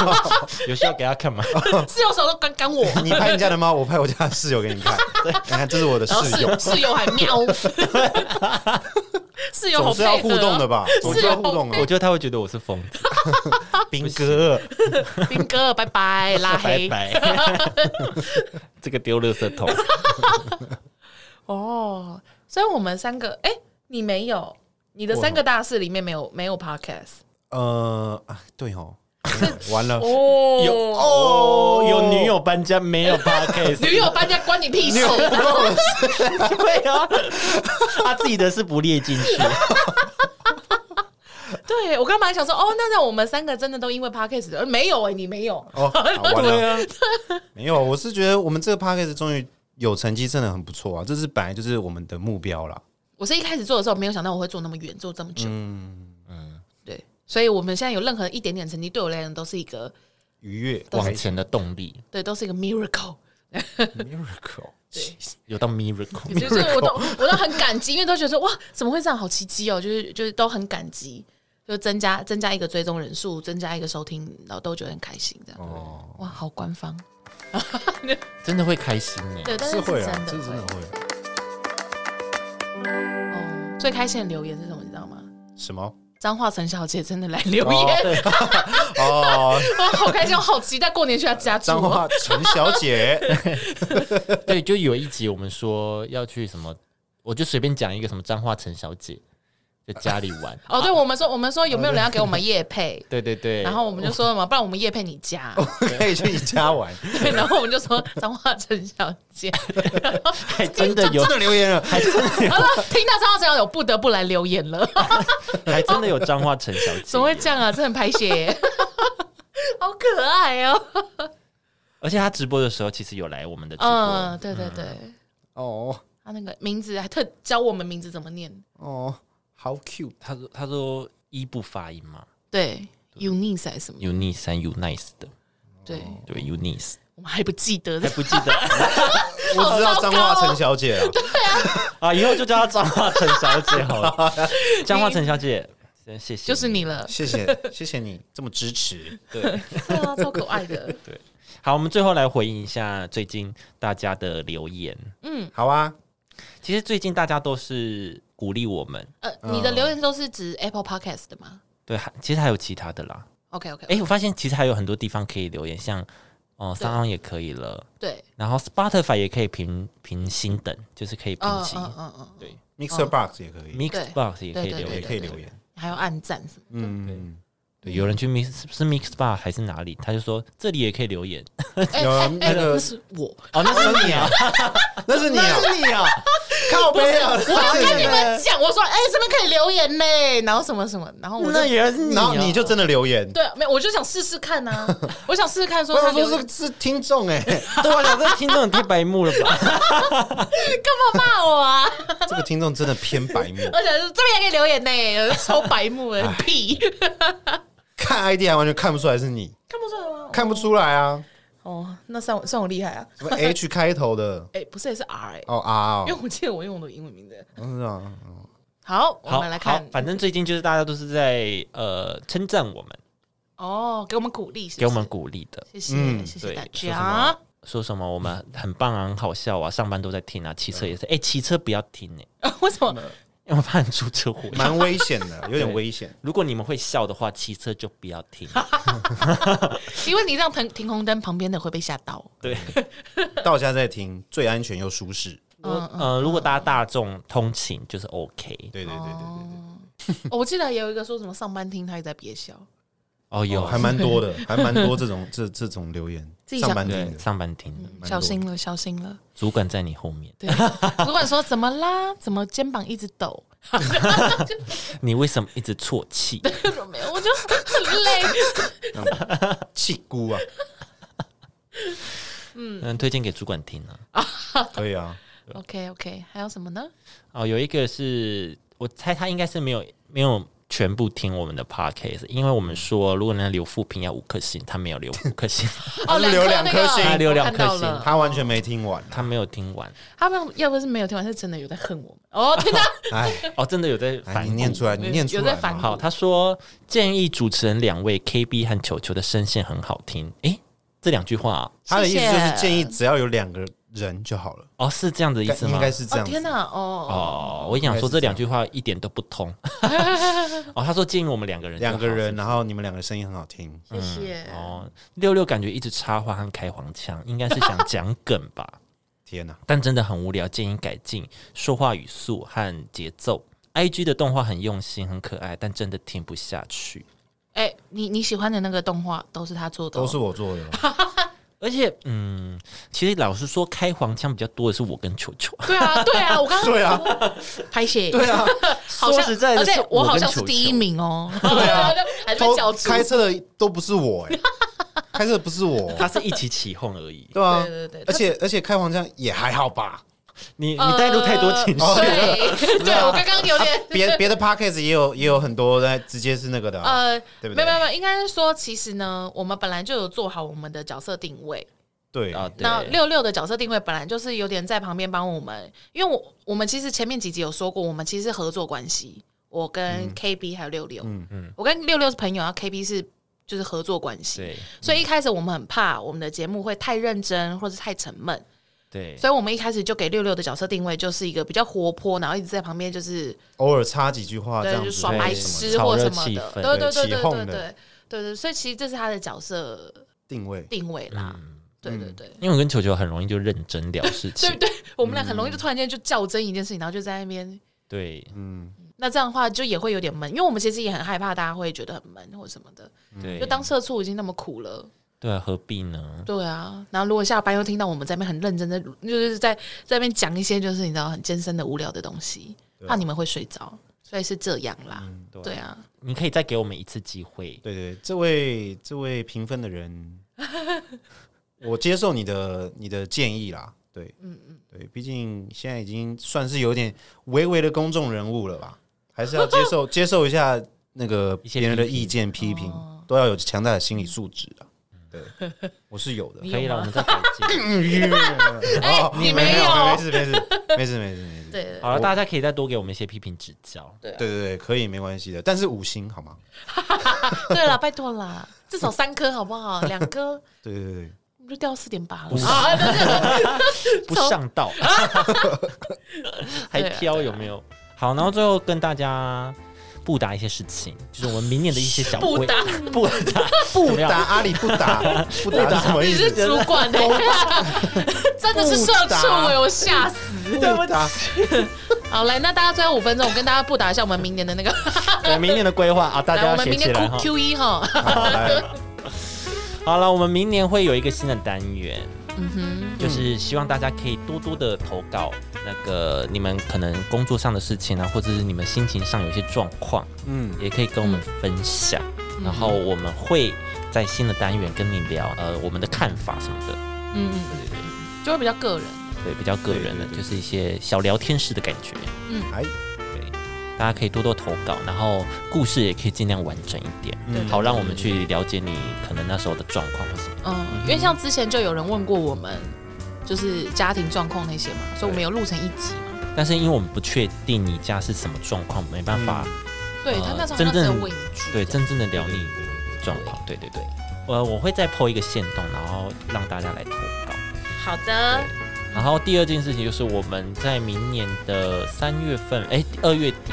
Speaker 2: 有需要给他看吗？
Speaker 3: 室友手都刚刚我，
Speaker 1: 你拍你家的猫，我拍我家的室友给你看。你看，这是我的
Speaker 3: 然后
Speaker 1: 室 友
Speaker 3: 室，室友还喵， 室友好
Speaker 1: 总是要
Speaker 3: 配
Speaker 1: 互
Speaker 3: 合
Speaker 1: 动的
Speaker 3: 哦，
Speaker 1: 吧？总是要互动
Speaker 2: 我
Speaker 1: 啊。
Speaker 2: 觉得他会觉得我是疯子。
Speaker 1: 兵哥，
Speaker 3: 兵哥拜拜拉
Speaker 2: 拜
Speaker 3: 黑
Speaker 2: 拜。这个丢垃圾桶，
Speaker 3: 哦。所以我们三个，哎，你没有，你的三个大事里面没有没有 podcast
Speaker 1: 呃，啊，对哦，完了，
Speaker 2: 有
Speaker 3: 哦，
Speaker 2: 哦，有女友搬家没有 podcast？
Speaker 3: 女友搬家关你屁
Speaker 1: 你
Speaker 3: 事
Speaker 1: 有。不关我的事。
Speaker 2: 对啊，他自己的是不列进去。
Speaker 3: 对我刚本来想说，哦，那让我们三个真的都因为 podcast 呃没有哎，你没有，
Speaker 1: 哦，好完了
Speaker 2: 对。啊，
Speaker 1: 没有，我是觉得我们这个 p a c k a g e 终于有成绩，真的很不错啊！这是本来就是我们的目标啦。
Speaker 3: 我是一开始做的时候没有想到我会做那么远，做这么久。
Speaker 1: 嗯，
Speaker 3: 对，所以我们现在有任何一点点成绩，对我来讲都是一个
Speaker 1: 愉悦
Speaker 2: 往前的动力
Speaker 3: 对，都是一个 miracle。
Speaker 1: miracle，
Speaker 3: 对，
Speaker 2: 有到 miracle，
Speaker 3: 就是我都我都很感激，因为都觉得说哇，怎么会这样，好奇迹哦！就是就是都很感激，就增加增加一个追踪人数，增加一个收听，然后都觉得很开心这样。
Speaker 1: 哦，
Speaker 3: 哇，好官方，
Speaker 2: 真的会开心耶。
Speaker 3: 对，但
Speaker 1: 是
Speaker 3: 是
Speaker 1: 会
Speaker 3: 真
Speaker 1: 啊，
Speaker 3: 的
Speaker 1: 这真
Speaker 3: 会
Speaker 1: 的会。
Speaker 3: 哦。最开心的留言是什么？你知道吗？
Speaker 1: 什么？
Speaker 3: 张化成小姐真的来留
Speaker 1: 哦
Speaker 3: 言，
Speaker 1: 哦，
Speaker 3: 哇，好开 心，我好期待过年去她家住
Speaker 1: 脏
Speaker 3: 哦。。
Speaker 1: 话，陈小姐，
Speaker 2: 对，就有一集我们说要去什么，我就随便讲一个什么彰化陈小姐在家里玩
Speaker 3: 哦，对，我们说我们说有没有人要给我们夜 配？
Speaker 2: 对对哦对，
Speaker 3: 然后我们就说什么，不然我们夜配你家。
Speaker 1: 可以去你家玩，
Speaker 3: 对，然后我们就说脏话陈小姐，
Speaker 2: 还真的有
Speaker 1: 真，的留言了，
Speaker 2: 还真的有，
Speaker 3: 然后听到脏话陈小姐，我不得不来留言了，
Speaker 2: 还真的有彰化陈小姐。
Speaker 3: 怎么会这样啊？真的很拍写耶，好可爱哦。
Speaker 2: 而且她直播的时候，其实有来我们的直播。
Speaker 3: 嗯，对对对，
Speaker 1: 哦
Speaker 3: 他那个名字还特教我们名字怎么念，
Speaker 1: 哦，好 cute，
Speaker 2: 她说她说一不发音嘛
Speaker 3: 对，Unis 还是什么？
Speaker 2: ，uni 三 u nice 的，
Speaker 3: 对，
Speaker 2: 对 u nice
Speaker 3: 我们还不记得
Speaker 2: 还。不记得
Speaker 1: 我只知道
Speaker 3: 好糟
Speaker 1: 脏
Speaker 3: 糕哦
Speaker 1: 话陈小姐了，
Speaker 2: 啊，以后就叫她彰化陈小姐好了。 彰化陈小姐，真谢谢，
Speaker 3: 就是。你 了，
Speaker 1: 谢谢 谢谢你这么支持，
Speaker 2: 对，
Speaker 3: 对啊，超可爱的。
Speaker 2: 好，我们最后来回应一下最近大家的留言。
Speaker 3: 嗯
Speaker 1: 好啊，
Speaker 2: 其实最近大家都是鼓励我们，
Speaker 3: 呃，你的留言都是指 Apple Podcast 的吗
Speaker 2: 对，还其实还有其他的啦。
Speaker 3: ？OK OK，
Speaker 2: 哎、我发现其实还有很多地方可以留言，像哦，三昂也可以了，
Speaker 3: 对，
Speaker 2: 然后 Spotify 也可以评评星等，就是可以评
Speaker 3: 嗯
Speaker 2: 级。
Speaker 3: 嗯嗯嗯，
Speaker 2: 对
Speaker 1: Mixer Box 也可以，
Speaker 2: ，Mixbox 也可以
Speaker 3: 对
Speaker 2: 留
Speaker 1: 也
Speaker 2: 言。
Speaker 1: 可以留言，
Speaker 3: 还有暗赞什么？
Speaker 1: 嗯，
Speaker 2: 对，有人去 Mix 是不是 Mixbox 还是哪里，他就说这里也可以留言。
Speaker 3: 哎
Speaker 1: 有
Speaker 2: 啊
Speaker 3: 哎
Speaker 1: 那
Speaker 3: 哎，
Speaker 1: 个
Speaker 3: 那是我，
Speaker 2: 哦，那是你 啊，
Speaker 1: 那是你啊，
Speaker 2: 那是你啊，
Speaker 1: 靠背啊，
Speaker 3: 我要跟你们讲，我说哎，这边可以留言呢，然后什么什么，然后我 就
Speaker 2: 那也是你、啊，
Speaker 1: 然后你就真的留言，
Speaker 3: 对，啊没有，我就想试试 看呐，我想试试看，说
Speaker 1: 我
Speaker 3: 他
Speaker 1: 想
Speaker 3: 留
Speaker 1: 说
Speaker 3: 言
Speaker 1: 是是听众哎、
Speaker 2: 对啊我想这听众也太白目了吧？
Speaker 3: 干嘛骂我啊？
Speaker 1: 这个听众真的偏白目。
Speaker 3: 而且是这边也可以留言呢，超白目的屁！
Speaker 1: 看 ID 还完全看不出来是你，
Speaker 3: 看不出来吗？
Speaker 1: 看不出来啊，
Speaker 3: 哦，那算我算我厉害啊！
Speaker 1: 什么 H 开头的
Speaker 3: 哎、不是也是 R 哎、
Speaker 1: 哦 R
Speaker 3: 因
Speaker 1: 哦，嗯
Speaker 3: 为我记得我用我的英文名字。
Speaker 1: 我知道，
Speaker 3: 好，我
Speaker 2: 好
Speaker 3: 们来
Speaker 2: 好
Speaker 3: 看，
Speaker 2: 反正最近就是大家都是在呃称赞我们，
Speaker 3: 哦，给我们鼓励，是不是
Speaker 2: 给我们鼓励的，
Speaker 3: 谢谢、
Speaker 1: 嗯
Speaker 3: 谢谢
Speaker 2: 对
Speaker 3: 大，
Speaker 2: 说什么啊
Speaker 3: 家。
Speaker 2: 说什么我们很棒啊，很好笑啊，上班都在听啊，
Speaker 3: 嗯
Speaker 2: 骑车也是，哎，骑车不要听哎，
Speaker 3: 为什么？
Speaker 2: 因为我怕你出车祸。
Speaker 3: 嗯
Speaker 1: 蛮危险 的，有点危险。
Speaker 2: 如果你们会笑的话，骑车就不要听。
Speaker 3: 因为你让停停红灯旁边的会被吓 到。
Speaker 2: 对，
Speaker 1: 到家再听，最安全又舒适。
Speaker 3: 嗯嗯，
Speaker 2: 呃，如果大家大众通勤就是 OK。
Speaker 1: 对对对对对对。
Speaker 3: 哦我记得也有一个说什么上班听，他也在憋笑，
Speaker 2: 哦，有
Speaker 1: 哦还蛮多的，还蛮多这种这这种留言，
Speaker 3: 自己想
Speaker 1: 上班听
Speaker 2: 对
Speaker 1: 的，
Speaker 2: 上班听的，
Speaker 1: 蛮多
Speaker 3: 小心了，小心了。
Speaker 2: 主管在你后面，
Speaker 3: 对，主管说怎么啦？怎么肩膀一直抖？
Speaker 2: 你为什么一直啜泣？
Speaker 3: 没有，我就 很累。
Speaker 1: 气姑 啊，
Speaker 2: 嗯，推荐给主管听啊。
Speaker 1: 可以啊，
Speaker 3: OK OK，还有什么呢？
Speaker 2: 哦，有一个是我猜他应该是没有没有全部听我们的 podcast，因为我们说如果能留负评要五颗星，他没有留五颗星，
Speaker 3: 哦，
Speaker 1: 他留
Speaker 3: 两
Speaker 1: 两
Speaker 3: 颗
Speaker 1: 颗
Speaker 3: 那个，
Speaker 1: 星
Speaker 2: 他留两颗
Speaker 3: 我看到
Speaker 2: 星
Speaker 3: 了
Speaker 1: 他完全没听完，
Speaker 2: 他没有听完。
Speaker 3: 他们要不是没有听完，是真的有在恨我们。哦，天哪！
Speaker 1: 哎，
Speaker 2: 哦，真的有在
Speaker 1: 哎
Speaker 2: 反
Speaker 1: 你念
Speaker 2: 顾
Speaker 1: 出来，你念出
Speaker 3: 有
Speaker 1: 来
Speaker 3: 在反
Speaker 1: 嘛，
Speaker 2: 好，他说建议主持人两位 KB 和球球的声线很好听。诶，这两句话啊、
Speaker 1: 他的意思就是
Speaker 3: 谢谢
Speaker 1: 建议只要有两个人就好了，
Speaker 2: 哦，是这样的意思
Speaker 1: 应
Speaker 2: 吗？
Speaker 1: 该是这
Speaker 3: 哦，
Speaker 1: 样子
Speaker 3: 天。哪！哦，
Speaker 2: 哦，我想说这两句话一点都不 通。哦，他说建议我们两个人就好，
Speaker 1: 两个人，然后你们两个声音很好听，
Speaker 3: 谢谢。
Speaker 2: 哦，六六感觉一直插话和开黄腔，应该是想讲梗吧，
Speaker 1: 天哪！
Speaker 2: 但真的很无聊，建议改进说话语速和节奏。I G 的动画很用心，很可爱，但真的听不下去。
Speaker 3: 哎，你你喜欢的那个动画都是他做的哦，
Speaker 1: 都是我做的，
Speaker 2: 而且，嗯，其实老实说，开黄腔比较多的是我跟球球。
Speaker 3: 对啊，对啊，我刚刚
Speaker 1: 对啊，
Speaker 3: 拍写，
Speaker 1: 对啊，
Speaker 3: 好像
Speaker 2: 说实在的
Speaker 3: 而且
Speaker 2: 是
Speaker 3: 我好
Speaker 2: 跟
Speaker 3: 像
Speaker 2: 球
Speaker 3: 是
Speaker 2: 球
Speaker 3: 第一，名 哦，
Speaker 1: 对啊，
Speaker 3: 还 在
Speaker 1: 都
Speaker 3: 角逐，
Speaker 1: 开车的都不是我 哎，开车的不是我，哎
Speaker 2: 他是一起起哄而已。
Speaker 1: 对啊，
Speaker 3: 对对对
Speaker 1: 而且而且开黄腔也还好 吧，
Speaker 2: 你你
Speaker 3: 呃
Speaker 2: 带入太多情绪， 啊
Speaker 3: 对，对我刚刚有点
Speaker 1: 别别的 podcast 也有也有很多在直接是那个的啊，
Speaker 3: 呃，
Speaker 1: 对不
Speaker 3: 没
Speaker 1: 对
Speaker 3: 有没有没有，应该是说，其实呢，我们本来就有做好我们的角色定位。
Speaker 1: 对
Speaker 2: 啊，
Speaker 3: 那
Speaker 2: 对，
Speaker 3: 六六的角色定位本来就是有点在旁边帮我们，因为我我们其实前面几集有说过，我们其实是合作关系，我跟 KB 还有六六，
Speaker 1: 嗯
Speaker 3: 嗯嗯，我跟六六是朋友，然后 KB 是就是合作关系，
Speaker 2: 对嗯
Speaker 3: 所以一开始我们很怕我们的节目会太认真或者太沉闷，
Speaker 2: 对，
Speaker 3: 所以我们一开始就给六六的角色定位就是一个比较活泼，然后一直在旁边就是
Speaker 1: 偶尔插几句啊话这
Speaker 3: 对，
Speaker 1: 样
Speaker 3: 就
Speaker 1: 子，
Speaker 3: 耍白痴
Speaker 2: 对
Speaker 3: 或什
Speaker 2: 炒
Speaker 3: 么
Speaker 2: 热气
Speaker 3: 的，
Speaker 2: 氛
Speaker 3: 对对
Speaker 1: 对
Speaker 3: 对
Speaker 1: 起
Speaker 3: 对
Speaker 1: 哄
Speaker 3: 对
Speaker 1: 的
Speaker 3: 对对对，所以其实这是他的角色
Speaker 1: 定位，
Speaker 3: 定位啦，对对对。
Speaker 2: 因为我跟球球很容易就认真聊事
Speaker 3: 对
Speaker 2: 情
Speaker 3: 不，对？我们俩很容易就突然间就较真一件事情，然后就在那边。
Speaker 2: 对
Speaker 1: 嗯，
Speaker 3: 那这样的话就也会有点闷，因为我们其实也很害怕大家会觉得很闷或什么的。
Speaker 2: 对
Speaker 3: 就，当社畜已经那么苦了，
Speaker 2: 对啊，何必呢？
Speaker 3: 对啊。然后如果下班又听到我们在那边很认真的，就是在在那边讲一些就是你知道很艰深的无聊的东西，怕你们会睡着，所以是这样
Speaker 1: 嗯
Speaker 3: 啦。对啊，
Speaker 2: 你可以再给我们一次机会，
Speaker 1: 对对，这位这位评分的 人，我接受你的你的建议啦，对，嗯嗯，对，毕竟现在已经算是有点微微的公众人物了吧，还是要接 受接受一下那个
Speaker 2: 一些
Speaker 1: 别人的意见批评，
Speaker 3: 哦
Speaker 1: 都要有强大的心理素质啊，对，我是有的。
Speaker 3: 你
Speaker 2: 可以
Speaker 3: 有
Speaker 2: 了，
Speaker 3: 吗
Speaker 2: 我们再改 进。
Speaker 1: 哦，
Speaker 3: 哎你
Speaker 1: 没
Speaker 3: 没有
Speaker 1: 没事没事没事没事没事，
Speaker 3: 对 对
Speaker 2: 好了，大家可以再多给我们一些批评指教。
Speaker 3: 对啊
Speaker 1: 对对对，可以没关系的，但是五星好吗？
Speaker 3: 对啦，拜托啦，至少三颗好 不好？两颗
Speaker 1: 对对对，
Speaker 3: 你就掉四点八了啊！对对对
Speaker 2: 不上 道， 还
Speaker 3: 啊
Speaker 2: 挑有没有？好，然后最后跟大家布达一些事情，就是我们明年的一些小
Speaker 3: 啊不
Speaker 2: 规
Speaker 3: 打，
Speaker 2: 布 达布
Speaker 1: 不打阿里不打不打是什么意
Speaker 3: 嗯你是
Speaker 1: 思？
Speaker 3: 主管的、 真的是社畜哎、我吓死！
Speaker 1: 不打
Speaker 3: 好，来，那大家最后五分钟，我跟大家布达一下我们明年的那个，
Speaker 2: 对明年的规划啊，大家
Speaker 3: 来，
Speaker 2: 要
Speaker 3: 我们
Speaker 2: 写
Speaker 3: 明
Speaker 2: 起
Speaker 3: 年
Speaker 2: 来
Speaker 3: Q
Speaker 2: 哈。
Speaker 3: Q 一哈，
Speaker 1: 好来，
Speaker 2: 好了，我们明年会有一个新的单元，
Speaker 3: 嗯哼，
Speaker 2: 就是希望大家可以多多的投稿那个你们可能工作上的事情啊，或者是你们心情上有一些状况，
Speaker 1: 嗯，
Speaker 2: 也可以跟我们分享，
Speaker 3: 嗯
Speaker 2: 然后我们会在新的单元跟你聊呃我们的看法什么的。
Speaker 3: 嗯嗯，就会比较个人。
Speaker 2: 对，比较个人
Speaker 1: 对
Speaker 2: 的，
Speaker 1: 对对
Speaker 2: 就是一些小聊天式的感觉。
Speaker 1: 哎，
Speaker 2: 对，大家可以多多投稿，然后故事也可以尽量完整一点，
Speaker 1: 嗯
Speaker 3: 对
Speaker 2: 好让我们去了解你可能那时候的状况或什么。
Speaker 3: 嗯，因为像之前就有人问过我们，就是家庭状况那些嘛，所以我们有录成一集嘛。
Speaker 2: 但是因为我们不确定你家是什么状况，没办法、
Speaker 3: 对
Speaker 2: 呃
Speaker 3: 他那时候
Speaker 2: 真
Speaker 3: 好像只有
Speaker 2: 正
Speaker 3: 问一句，
Speaker 2: 对真正的了
Speaker 1: 对
Speaker 2: 你
Speaker 1: 对对
Speaker 2: 状况。对对对，呃，我会再抛一个线动，然后让大家来投稿。
Speaker 3: 好的，
Speaker 2: 然后第二件事情就是我们在明年的三月份，哎，二月底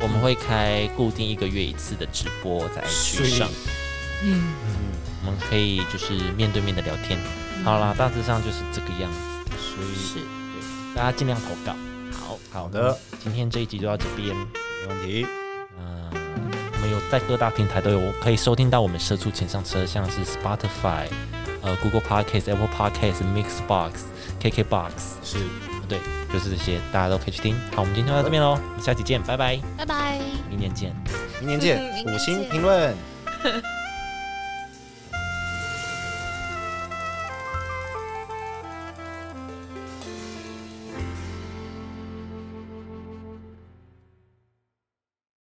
Speaker 2: 我们会开固定一个月一次的直播在 IG 上，
Speaker 3: 嗯，
Speaker 2: 我们可以就是面对面的聊天。好啦，大致上就是这个样子，所以
Speaker 3: 是，
Speaker 2: 大家尽量投稿。好
Speaker 1: 好的，
Speaker 2: 今天这一集就到这边。
Speaker 1: 没问题。
Speaker 2: 嗯，我们有在各大平台都有可以收听到我们《社畜情上车》，像是 Spotify、呃 Google Podcast、Apple Podcast、Mixbox、KKBox。
Speaker 1: 是，
Speaker 2: 对，就是这些，大家都可以去听。好，我们今天就到这边喽，我们下期见，拜拜，
Speaker 3: 拜拜。
Speaker 2: 明年见。
Speaker 1: 明年见
Speaker 3: 嗯明，
Speaker 1: 五
Speaker 3: 年
Speaker 1: 星
Speaker 3: 见
Speaker 1: 评论。